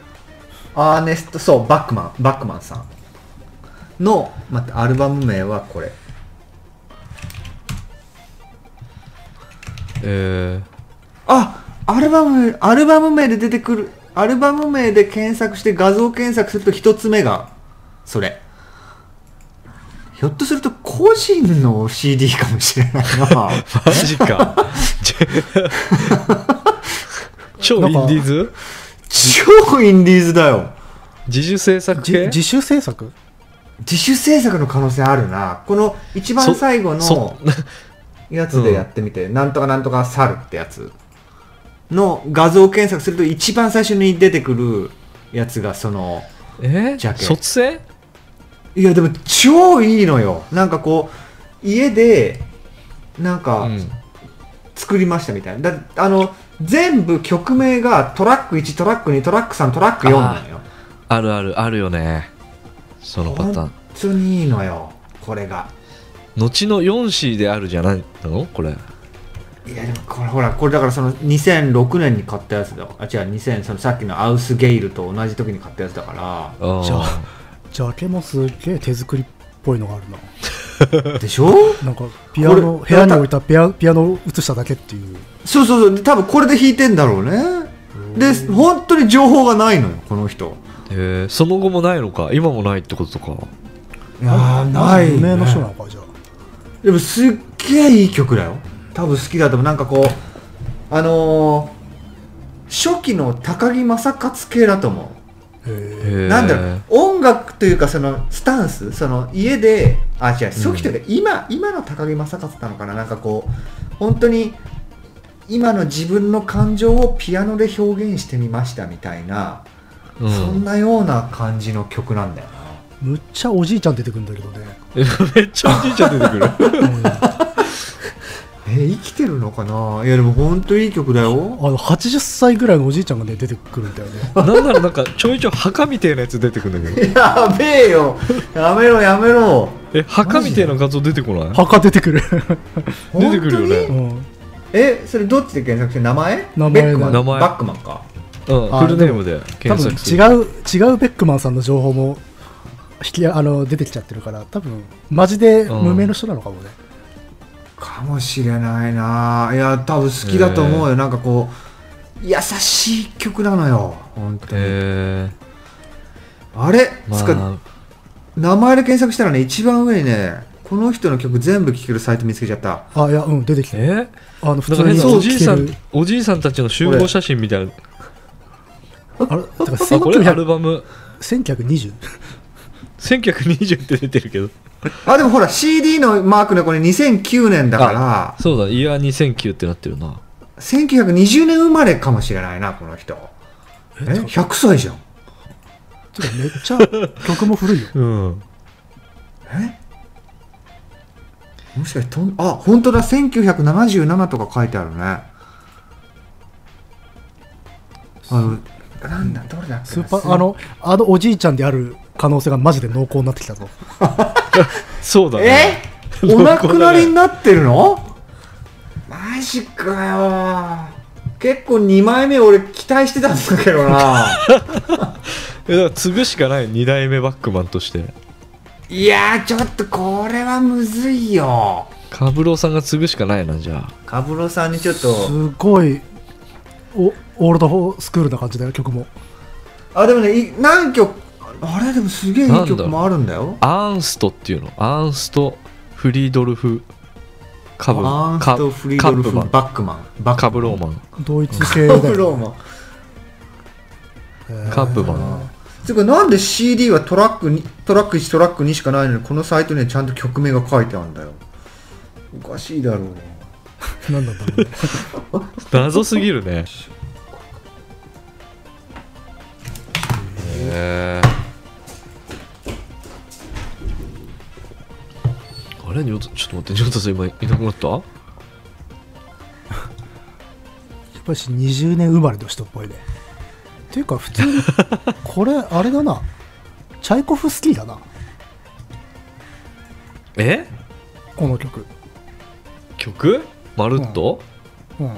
アーネスト、そう、バックマン、バックマンさんの、待って、アルバム名はこれ。
えー
あアルバムアルバム名で出てくるアルバム名で検索して画像検索すると一つ目がそれひょっとすると個人の CD かもしれないな
マジか。ちょ超インディーズ
超インディーズだよ
自主制作
じ
系
自主制作
自主制作の可能性あるなこの一番最後の
そ
やつでやってみて、なんとかなんとか猿ってやつの画像検索すると一番最初に出てくるやつがその
え
ジャケ
卒生
いやでも超いいのよなんかこう家でなんか
うん
作りましたみたいな、だあの全部曲名がトラック1トラック2トラック3トラック4なのよ
あるあるあるよね。そのパター
本
ン。
当にいいのよこれが
後の 4C であるじゃないのこれ
いやでもこれほらこれだからその2006年に買ったやつだあ違う2000そのさっきのアウスゲイルと同じ時に買ったやつだから
あ
じゃ
あ
あジャケもすっげえ手作りっぽいのがあるな
*laughs* でしょ
なんかピアノ
こ
部
れ
屋に置いたピアピアノを写しただけっていう
そうそうそうで多分これで弾いてんだろうねで本当に情報がないのよこの人
へえその後もないのか今もないってことか
いやーない、
無名の人な
ね、
のかじゃあ
でもすっげえいい曲だよ多分好きだと思うなんかこうあのー、初期の高木正勝系だと思う
へえ
へえ
なんだろう音楽というかそのスタンスその家であ違う初期というか今、今の高木正勝なのかななんかこう本当に今の自分の感情をピアノで表現してみましたみたいな、
う
そん
ん、
なような感じの曲なんだよな
むっちゃおじいちゃん出てくるんだけどね
めっちゃおじいちゃん出てくる
うんあ
えー生きてるのかないやでも本当いい曲だよ
の80歳ぐらいのおじいちゃんがね出てくるんだよ *laughs* ね
なんならなんかちょいちょい墓みたいなやつ出てくるんだけど
やべえよやめろやめろ
え墓みたいな画像出てこない
墓出てくる、
出てくるよね
本当
う
に
ん、
えそれどっちで検索して名前
名前
ベックマン
名前
バックマンか
うん
あ
フルネームで
多
検
分違
索する
う違うベックマンさんの情報も引きあの出てきちゃってるから多分マジで無名の人なのかもね、
かもしれないないや多分好きだと思うよ、なんかこう優しい曲なのよ本当に、
へえ
あれ、
ま
つか
あ
名前で検索したらね一番上にねこの人の曲全部聴けるサイト見つけちゃった
あいやうん出てきて
え
あの普
なんか
通
変
に
なおじい
着て
さ
る
んおじいさんたちの集合写真みたいな
あれだから
あこれア
1900
ルバム
1920?
1920って出てるけど
あでもほら CD のマークねこれ2009年だから
そうだイヤー2009ってなってるな
1920年生まれかもしれないなこの人え100歳じゃん
てかめっちゃ曲も古いよ
うん
えもしかしてとんあ本当だ1977とか書いてあるねあのなんだどれだっけ
ス
な
ーパ
ス
ーあのあのおじいちゃんである可能性がマジで濃厚になってきたぞ
そうだ
え
ね
お亡くなりになってるのマジかよ結構2枚目俺期待してたんだけどな
*laughs*
えだから継ぐしかない2代目バックマンとして
いやーちょっとこれはむずいよ
カブローさんが継ぐしかないなじゃあ
カブロさんにちょっと
すごいおオールドスクールな感じだよ曲も
あでもねい何曲あれでもすげえいい
なんだ
曲もあるんだよ
アーンストっていうのアーンストフリードルフカブ
アーンスト・フリードルフ・
カ
バ
ップマ
ックマンバ
ンカブローマン
同一系だ
カブロ
よ
ーマン
え
カ
ー
ップマン
つうかなんで CD はトラックにトラック1トラック2しかないのにこのサイトにはちゃんと曲名が書いてあるんだよおかしいだろう
何なんだろうね
謎すぎるねへえあれにょうたちょっと待ってにょうたさん今いなくなった
やっぱりし20年生まれの人っぽいねっていうか普
*laughs*
通にこれあれだなチャイコフスキーだな
え
この曲
曲まるっと、
うん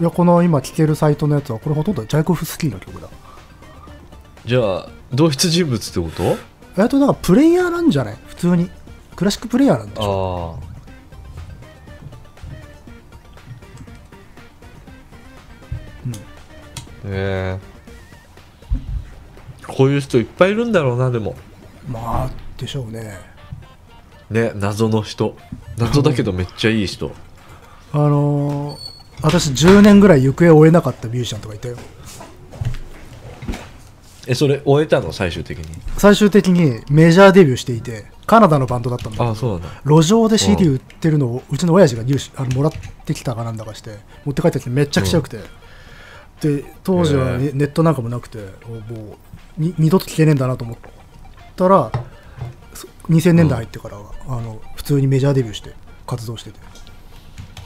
いやこの今聴けるサイトのやつはこれほとんどチャイコフスキーの曲だ
じゃあ同一人物ってこ
えっとだからプレイヤーなんじゃない普通にクラシックプレイヤーなんでしょ
とああええこういう人いっぱいいるんだろうなでも
まあでしょうね
ね謎の人謎だけどめっちゃいい人
あのー私10年ぐらい行方を追えなかったミュージシャンとかいたよ
*laughs* えそれ終えたの最終的に
最終的にメジャーデビューしていてカナダのバンドだったんだけど
ああそうなんだ
路上で CD 売ってるのをうちの親父が入手あのもらってきたかなんだかして持って帰ってきてめっちゃくちゃよくて、で当時はね、
へ
ネットなんかもなくてもうに二度と聞けねえんだなと思ったらそ2000年代入ってからは、あの普通にメジャーデビューして活動しててっ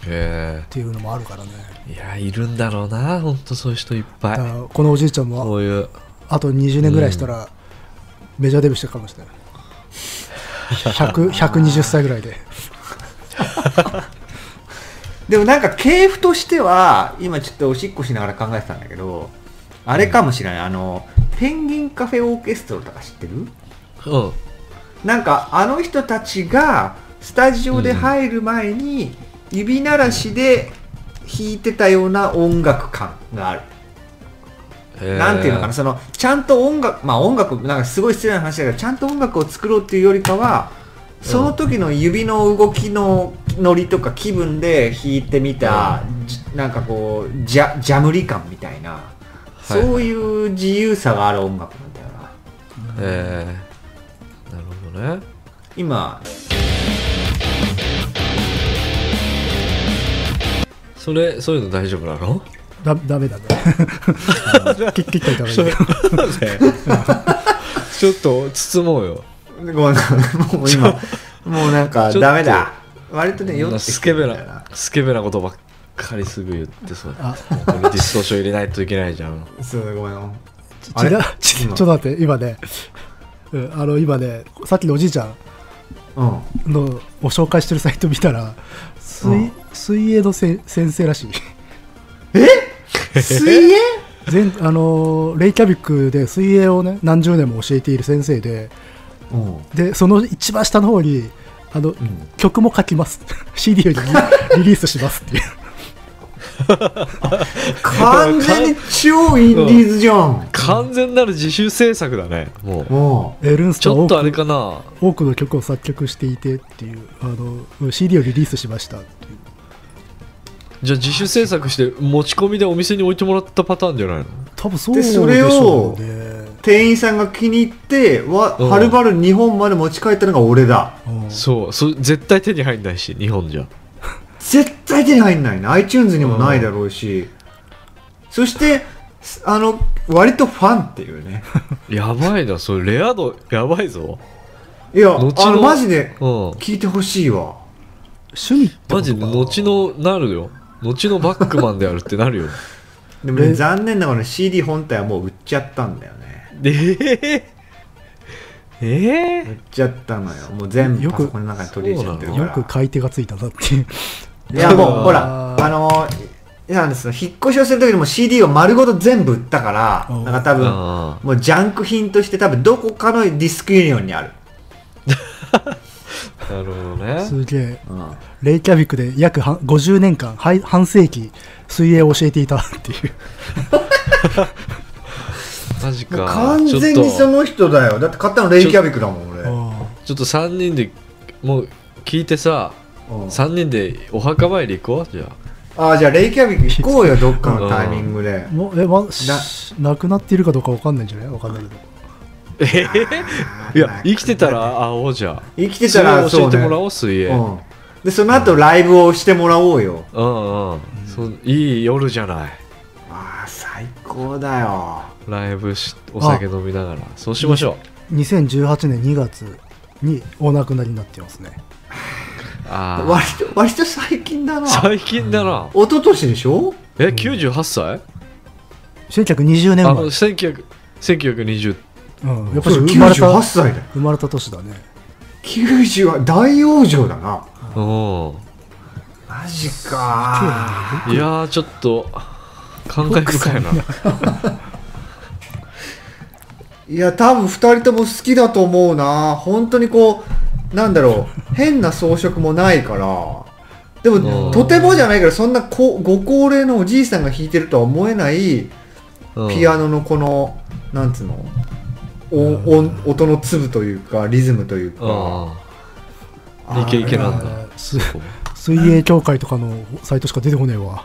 へ
ていうのもあるからね
えいやいるんだろうなほんとそういう人いっぱい
だからこのおじいちゃんも
こういう
あと20年ぐらいしたらメジャーデビューしてるかもしれない、 100 120歳ぐらいで
でもなんか系譜としては今ちょっとおしっこしながら考えてたんだけどあれかもしれない、あのペンギンカフェオーケストラとか知ってる
うん
なんかあの人たちがスタジオで入る前に指鳴らしで弾いてたような音楽感がある、なんていうのかなそのちゃんと音楽まあ音楽なんかすごい失礼な話だけどちゃんと音楽を作ろうっていうよりかはその時の指の動きのノリとか気分で弾いてみた、じなんかこうジャジャムリ感みたい
い
な、
はい
そういう自由さがある音楽なんだよな
えー、なるほどね
今
それそういうの大丈夫なの
だダメだね切切っといた方がいいよ
*laughs* ちょっと包もうよ
ごめんごめんもう今もうなんか
ちょっと
ダメだ割とね酔
そん
って
な
きて
スケベ
るんだよ
なスケベなことばっかりすぐ言ってそうだ
あ
もうこれディストーション入れないといけないじゃん
そうごめん
ち
あれ
違うちちょっと待って今ね、うん、あの今ねさっきのおじいちゃん
うん
*laughs*
のを紹介してるサイト見たら水,、
うん
水泳のせ先生らしい
え水泳
全あのレイキャビックで水泳をね何十年も教えている先生で
うん
でその一番下の方にあの、
ん
曲も書きます *laughs* CD をリリリースしますっていう *laughs*
完全に超インディーズじゃん
完全なる自主制作だねもう
も
エルンス
ち
ト
ょっとあ
は
れかな
多く多くの曲を作曲していてっていうあのうん CD をリリースしましたっていう
じゃあ自主制作して持ち込みでお店に置いてもらったパターンじゃないの
多分そう
で
でし
それ
ょ
を
うね
う店員さんが気に入ってわ
うん
はるばる日本まで持ち帰ったのが俺だ
うん
そうそ絶対手に入んないし日本じゃ
絶対手に入んないね iTunes にもないだろうしそしてすあの割とファンっていう
*laughs*
ね
やばいなそれレア度やばいぞ
いや
後
あ
の
のマジで
うん
聞いてほしいわ
趣味って
マ
ことか
ジで後のなるよ後のバックマンであるってな
*laughs*
るよ
でもね
え
残念ながら CD 本体はもう売っちゃったんだよね
えー、え
売
え
っちゃったのよもう全部
よく
パソコンの中に取り入れちゃってるか
よ
ら
く買い手がついたなっていう *laughs*
いやもう
あー
ほらあのいやなんですよ引っ越しをする時にも CD を丸ごと全部売ったから
うん
なんか多分
あ
もうジャンク品として多分どこかのディスクユニオンにある、
あなるほどね
すげえ
うん、
レイキャビックで約半50年間はい半世紀水泳を教えていたっていう
マジか
完全
ちょ
に
っと
その人だよだって買ったのレイキャビックだもん俺、う
あ
ん
ちょっと3人でもう聞いてさ3人でお墓参り行こうじゃ
ああじゃあレイキャビック行こうよどっかのタイミングで
あもうえましなくなっているかどうかわかんないんじゃないわかんないけど
あえーいや生きてたら会おうじゃあ
生きてたら
それを教えて
そうね
もらおう水泳
うん、でその後ライブをしてもらおうよ
うんうん、そういい夜じゃない
ああ最高だよ
ライブしお酒飲みながらそうしましょう
2018年2月にお亡くなりになってますね
あ
割と割と最近だ
あ
な
最近だな、
一昨年でしょ
え98歳、
1920年
あ
前
の、1900 1920
うん、やっぱり
そう
生まれた
98歳だよ
生まれた年だね
90は大往生だな
う
マジか
んいやーちょっと感慨深いな
ーいや多分2人とも好きだと思うな本当にこうなんだろう変な装飾もないからで
う
も
ん
とてもじゃないけどそんなこご高齢のおじいさんが弾いてるとは思えないピア
ノ
ノのこのなんつうのお
うん
お音の粒というかリズムというか
イケイケなん
あ
だ
ーす水泳協会とかのサイトしか出てこねえわ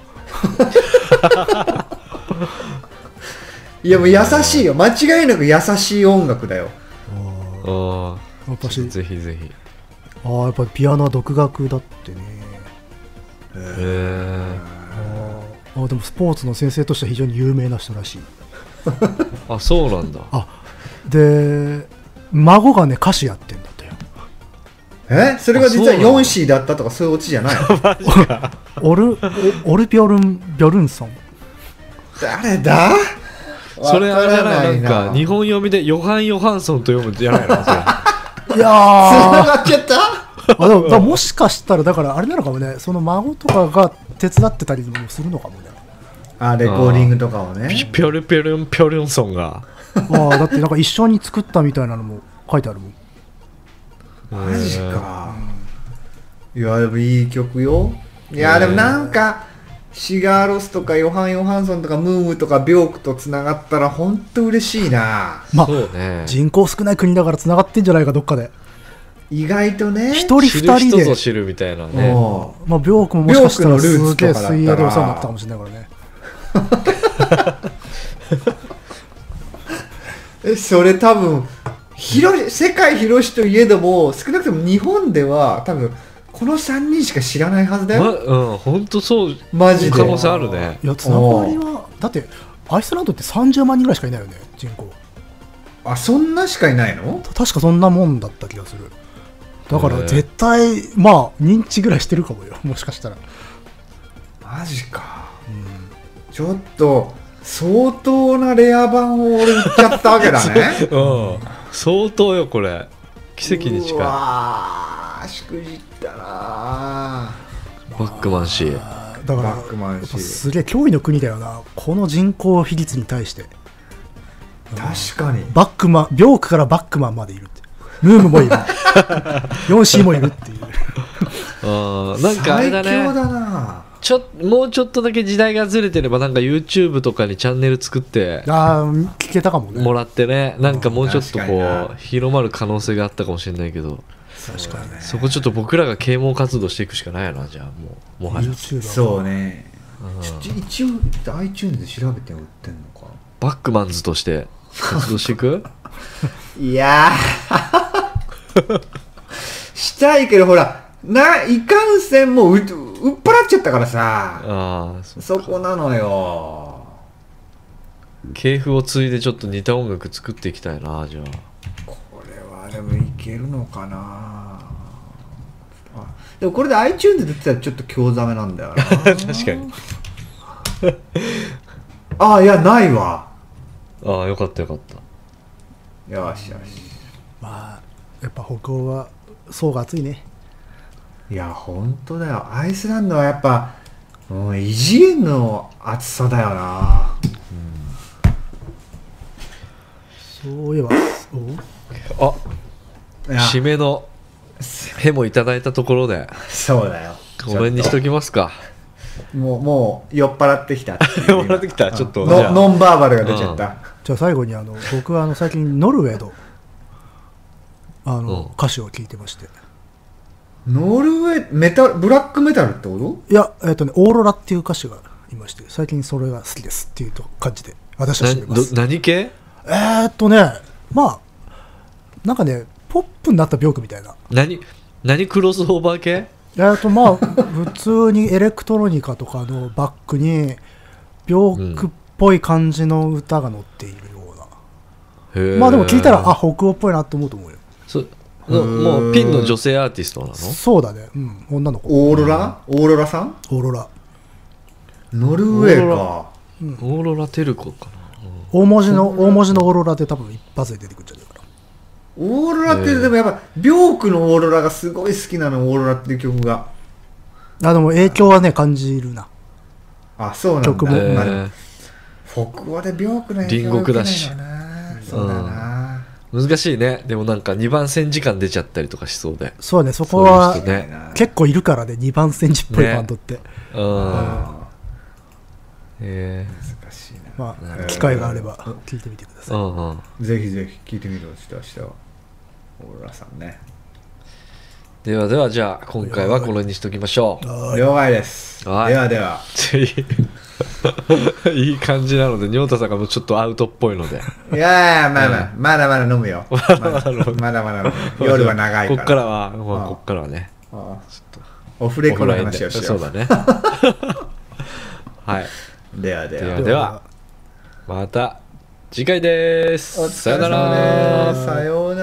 いやもう優しいよ間違いなく優しい音楽だよ
あ
あ
ーやっぱし
あぜひぜひ
あーやっぱりピアノは独学だってね
へえ
あーあでもスポーツの先生としては非常に有名な人らしい
あそうなんだ
あで孫がね歌手やってんだってよ
えそれが実
あ
は
そうなの
ヨンシーだったとかそういうオチじゃない
オルおオルビョルン・ビョルンソン
誰だ
それあれじゃ
わ
ないなん
か
か日本読みでヨハン・ヨハンソンと読むんじゃないのそれ
いやー
*laughs* 繋がっちゃった
あでもだからもしかしたらだからあれなのかもねその孫とかが手伝ってたりもするのかもね
あレコーディングとかをね
ピョルピョルンピョルンソンが
ああだってなんか一緒に作ったみたいなのも書いてあるもん
マジかいやでもいい曲よいやでもなんかシガーロスとかヨハン・ヨハンソンとかムームとかビョークとつながったらほんと嬉しいな
まあ
そうね
人口少ない国だからつながってんじゃないかどっかで
意外とね
一人
知る
二人
人
で
ぞ知るみたいなね
も
まあ病気ももしかしたら
病気のルー
す
ツと
げえ
かだったら
水泳でお世話になったかもしれないからね
うえそれ多分広い世界広しといえども少なくとも日本では多分この3人しか知らないはずだ
ま
よ、
うん本当そう
マジで
可能性あるね
いやつながりはだってアイスランドって30万人ぐらいしかいないよね人口
あそんなしかいないの
た確かそんなもんだった気がするだか
へ
ら
え
絶対まあ認知ぐらいしてるかもよ *laughs* もしかしたら
マジか、ちょっと相当なレア版を俺言っちゃったわけ
*laughs*
だね
うん相当よこれ奇跡に
う
近
わーしくじったなあ
いバックマンシー
あーだから
バックマ
や
ン
っぱ
し
すげえ脅威の国だよなこの人口比率に対して
確かに
バックマン病区からバックマンまでいるってムーム
*laughs*
もいる 4C もいるっていう
あーなんかあれだ
最
ね
強だな
ちょもうちょっとだけ時代がずれてればなんか YouTube とかにチャンネル作って
ああ聞けたかもね
もらってねなんかもうちょっと
確か
こ
にな
う広まる可能性があったかもしれないけど
確かにね
そこちょっと僕らが啓蒙活動していくしかないよなじゃあもうもはや
YouTuber
そうね
うん
ちょちょ一応 iTunes で調べて売ってんのか
バックマンズとして活動してい *laughs* く
いやー *laughs* したいけどほらないかんせんもうう売っ払っちゃったからさ
ああそう
そこなのよ
系譜を継いでちょっと似た音楽作っていきたいなじゃ
これはでもいけるのかなあでもこれで iTunes で出てたらちょっと興ざめなんだよな *laughs*
あ確かに
あいやないわ
ああよかったよかった
よしよし
まあやっぱ北欧は層が厚いね
いやほんとだよアイスランドはやっぱ、うん、異次元の暑さだよな
そういえばお
あ
いや
締めのヘもいただいたところで
そうだよ
この辺にしときますか
もうもう酔っ払ってきたっていう
酔っ払ってきたちょっと
うん
じゃあ
ノノンバーバルが出ちゃった、
じゃあ最後にあの僕はあの最近ノルウェーのあ
うん
の歌詞を聞いてまして
ノルウェーメタルブラックメタルってこと
いやえっ、とね「オーロラ」っていう歌詞がいまして最近それが好きですっていうと感じで私は
な
知ってます
ど何系
えー、っとねまあなんかねポップになった病気みたいな
何何クロスオーバー系
えー、っと
*laughs*
まあ普通にエレクトロニカとかのバックに病気っぽい感じの歌が載っているような、
へえ
まあでも聞いたらあ北欧っぽいなと思うと思うよ
そもうもうピンの女性アーティストなの
そうだねうん女の子
オーロラ、オーロラさん
オーロラ
ノルウェー
オーロ
か
オーロラテルコかな
大文字の大文字のオーロラで多分一発で出てくるんじゃないかな
オーロラって、でもやっぱビョークのオーロラがすごい好きなのオーロラっていう曲が
あでも影響はね感じるな
あそうなんだ
曲も
へ
うん
まあでも
え
北欧でビョークの影響は受けないのなそうだな、
難しいねでもなんか2番線時間出ちゃったりとかしそうで
そうだねそこ
そういう
は
人ね
結構いるからね2番センチっぽいバンドって、
うん
あ
へえ
ー難しいな、
まあ、
うん
機会があれば聞いてみてくだ
う
さい、
んうん
ぜひぜひ聞いてみるちょっと明日はオーロラさんね
ではではじゃあ今回はこの辺にしときましょう
はーい
了解ですで
はい
はでは
*laughs* いい感じなので仁太さんがもうちょっとアウトっぽいので
いやーまあまあ、まだまだ飲
*laughs*
むよまだまだまだ飲む夜は長いから
こっからは、ま
う
あ、
ん
こっからはね
ああオフレコ
オフ
の
ライン
話
で
をしよ
そううだね
*laughs*
はい
ではで
で
は
はではまた次回です
お疲れ様ですさようなら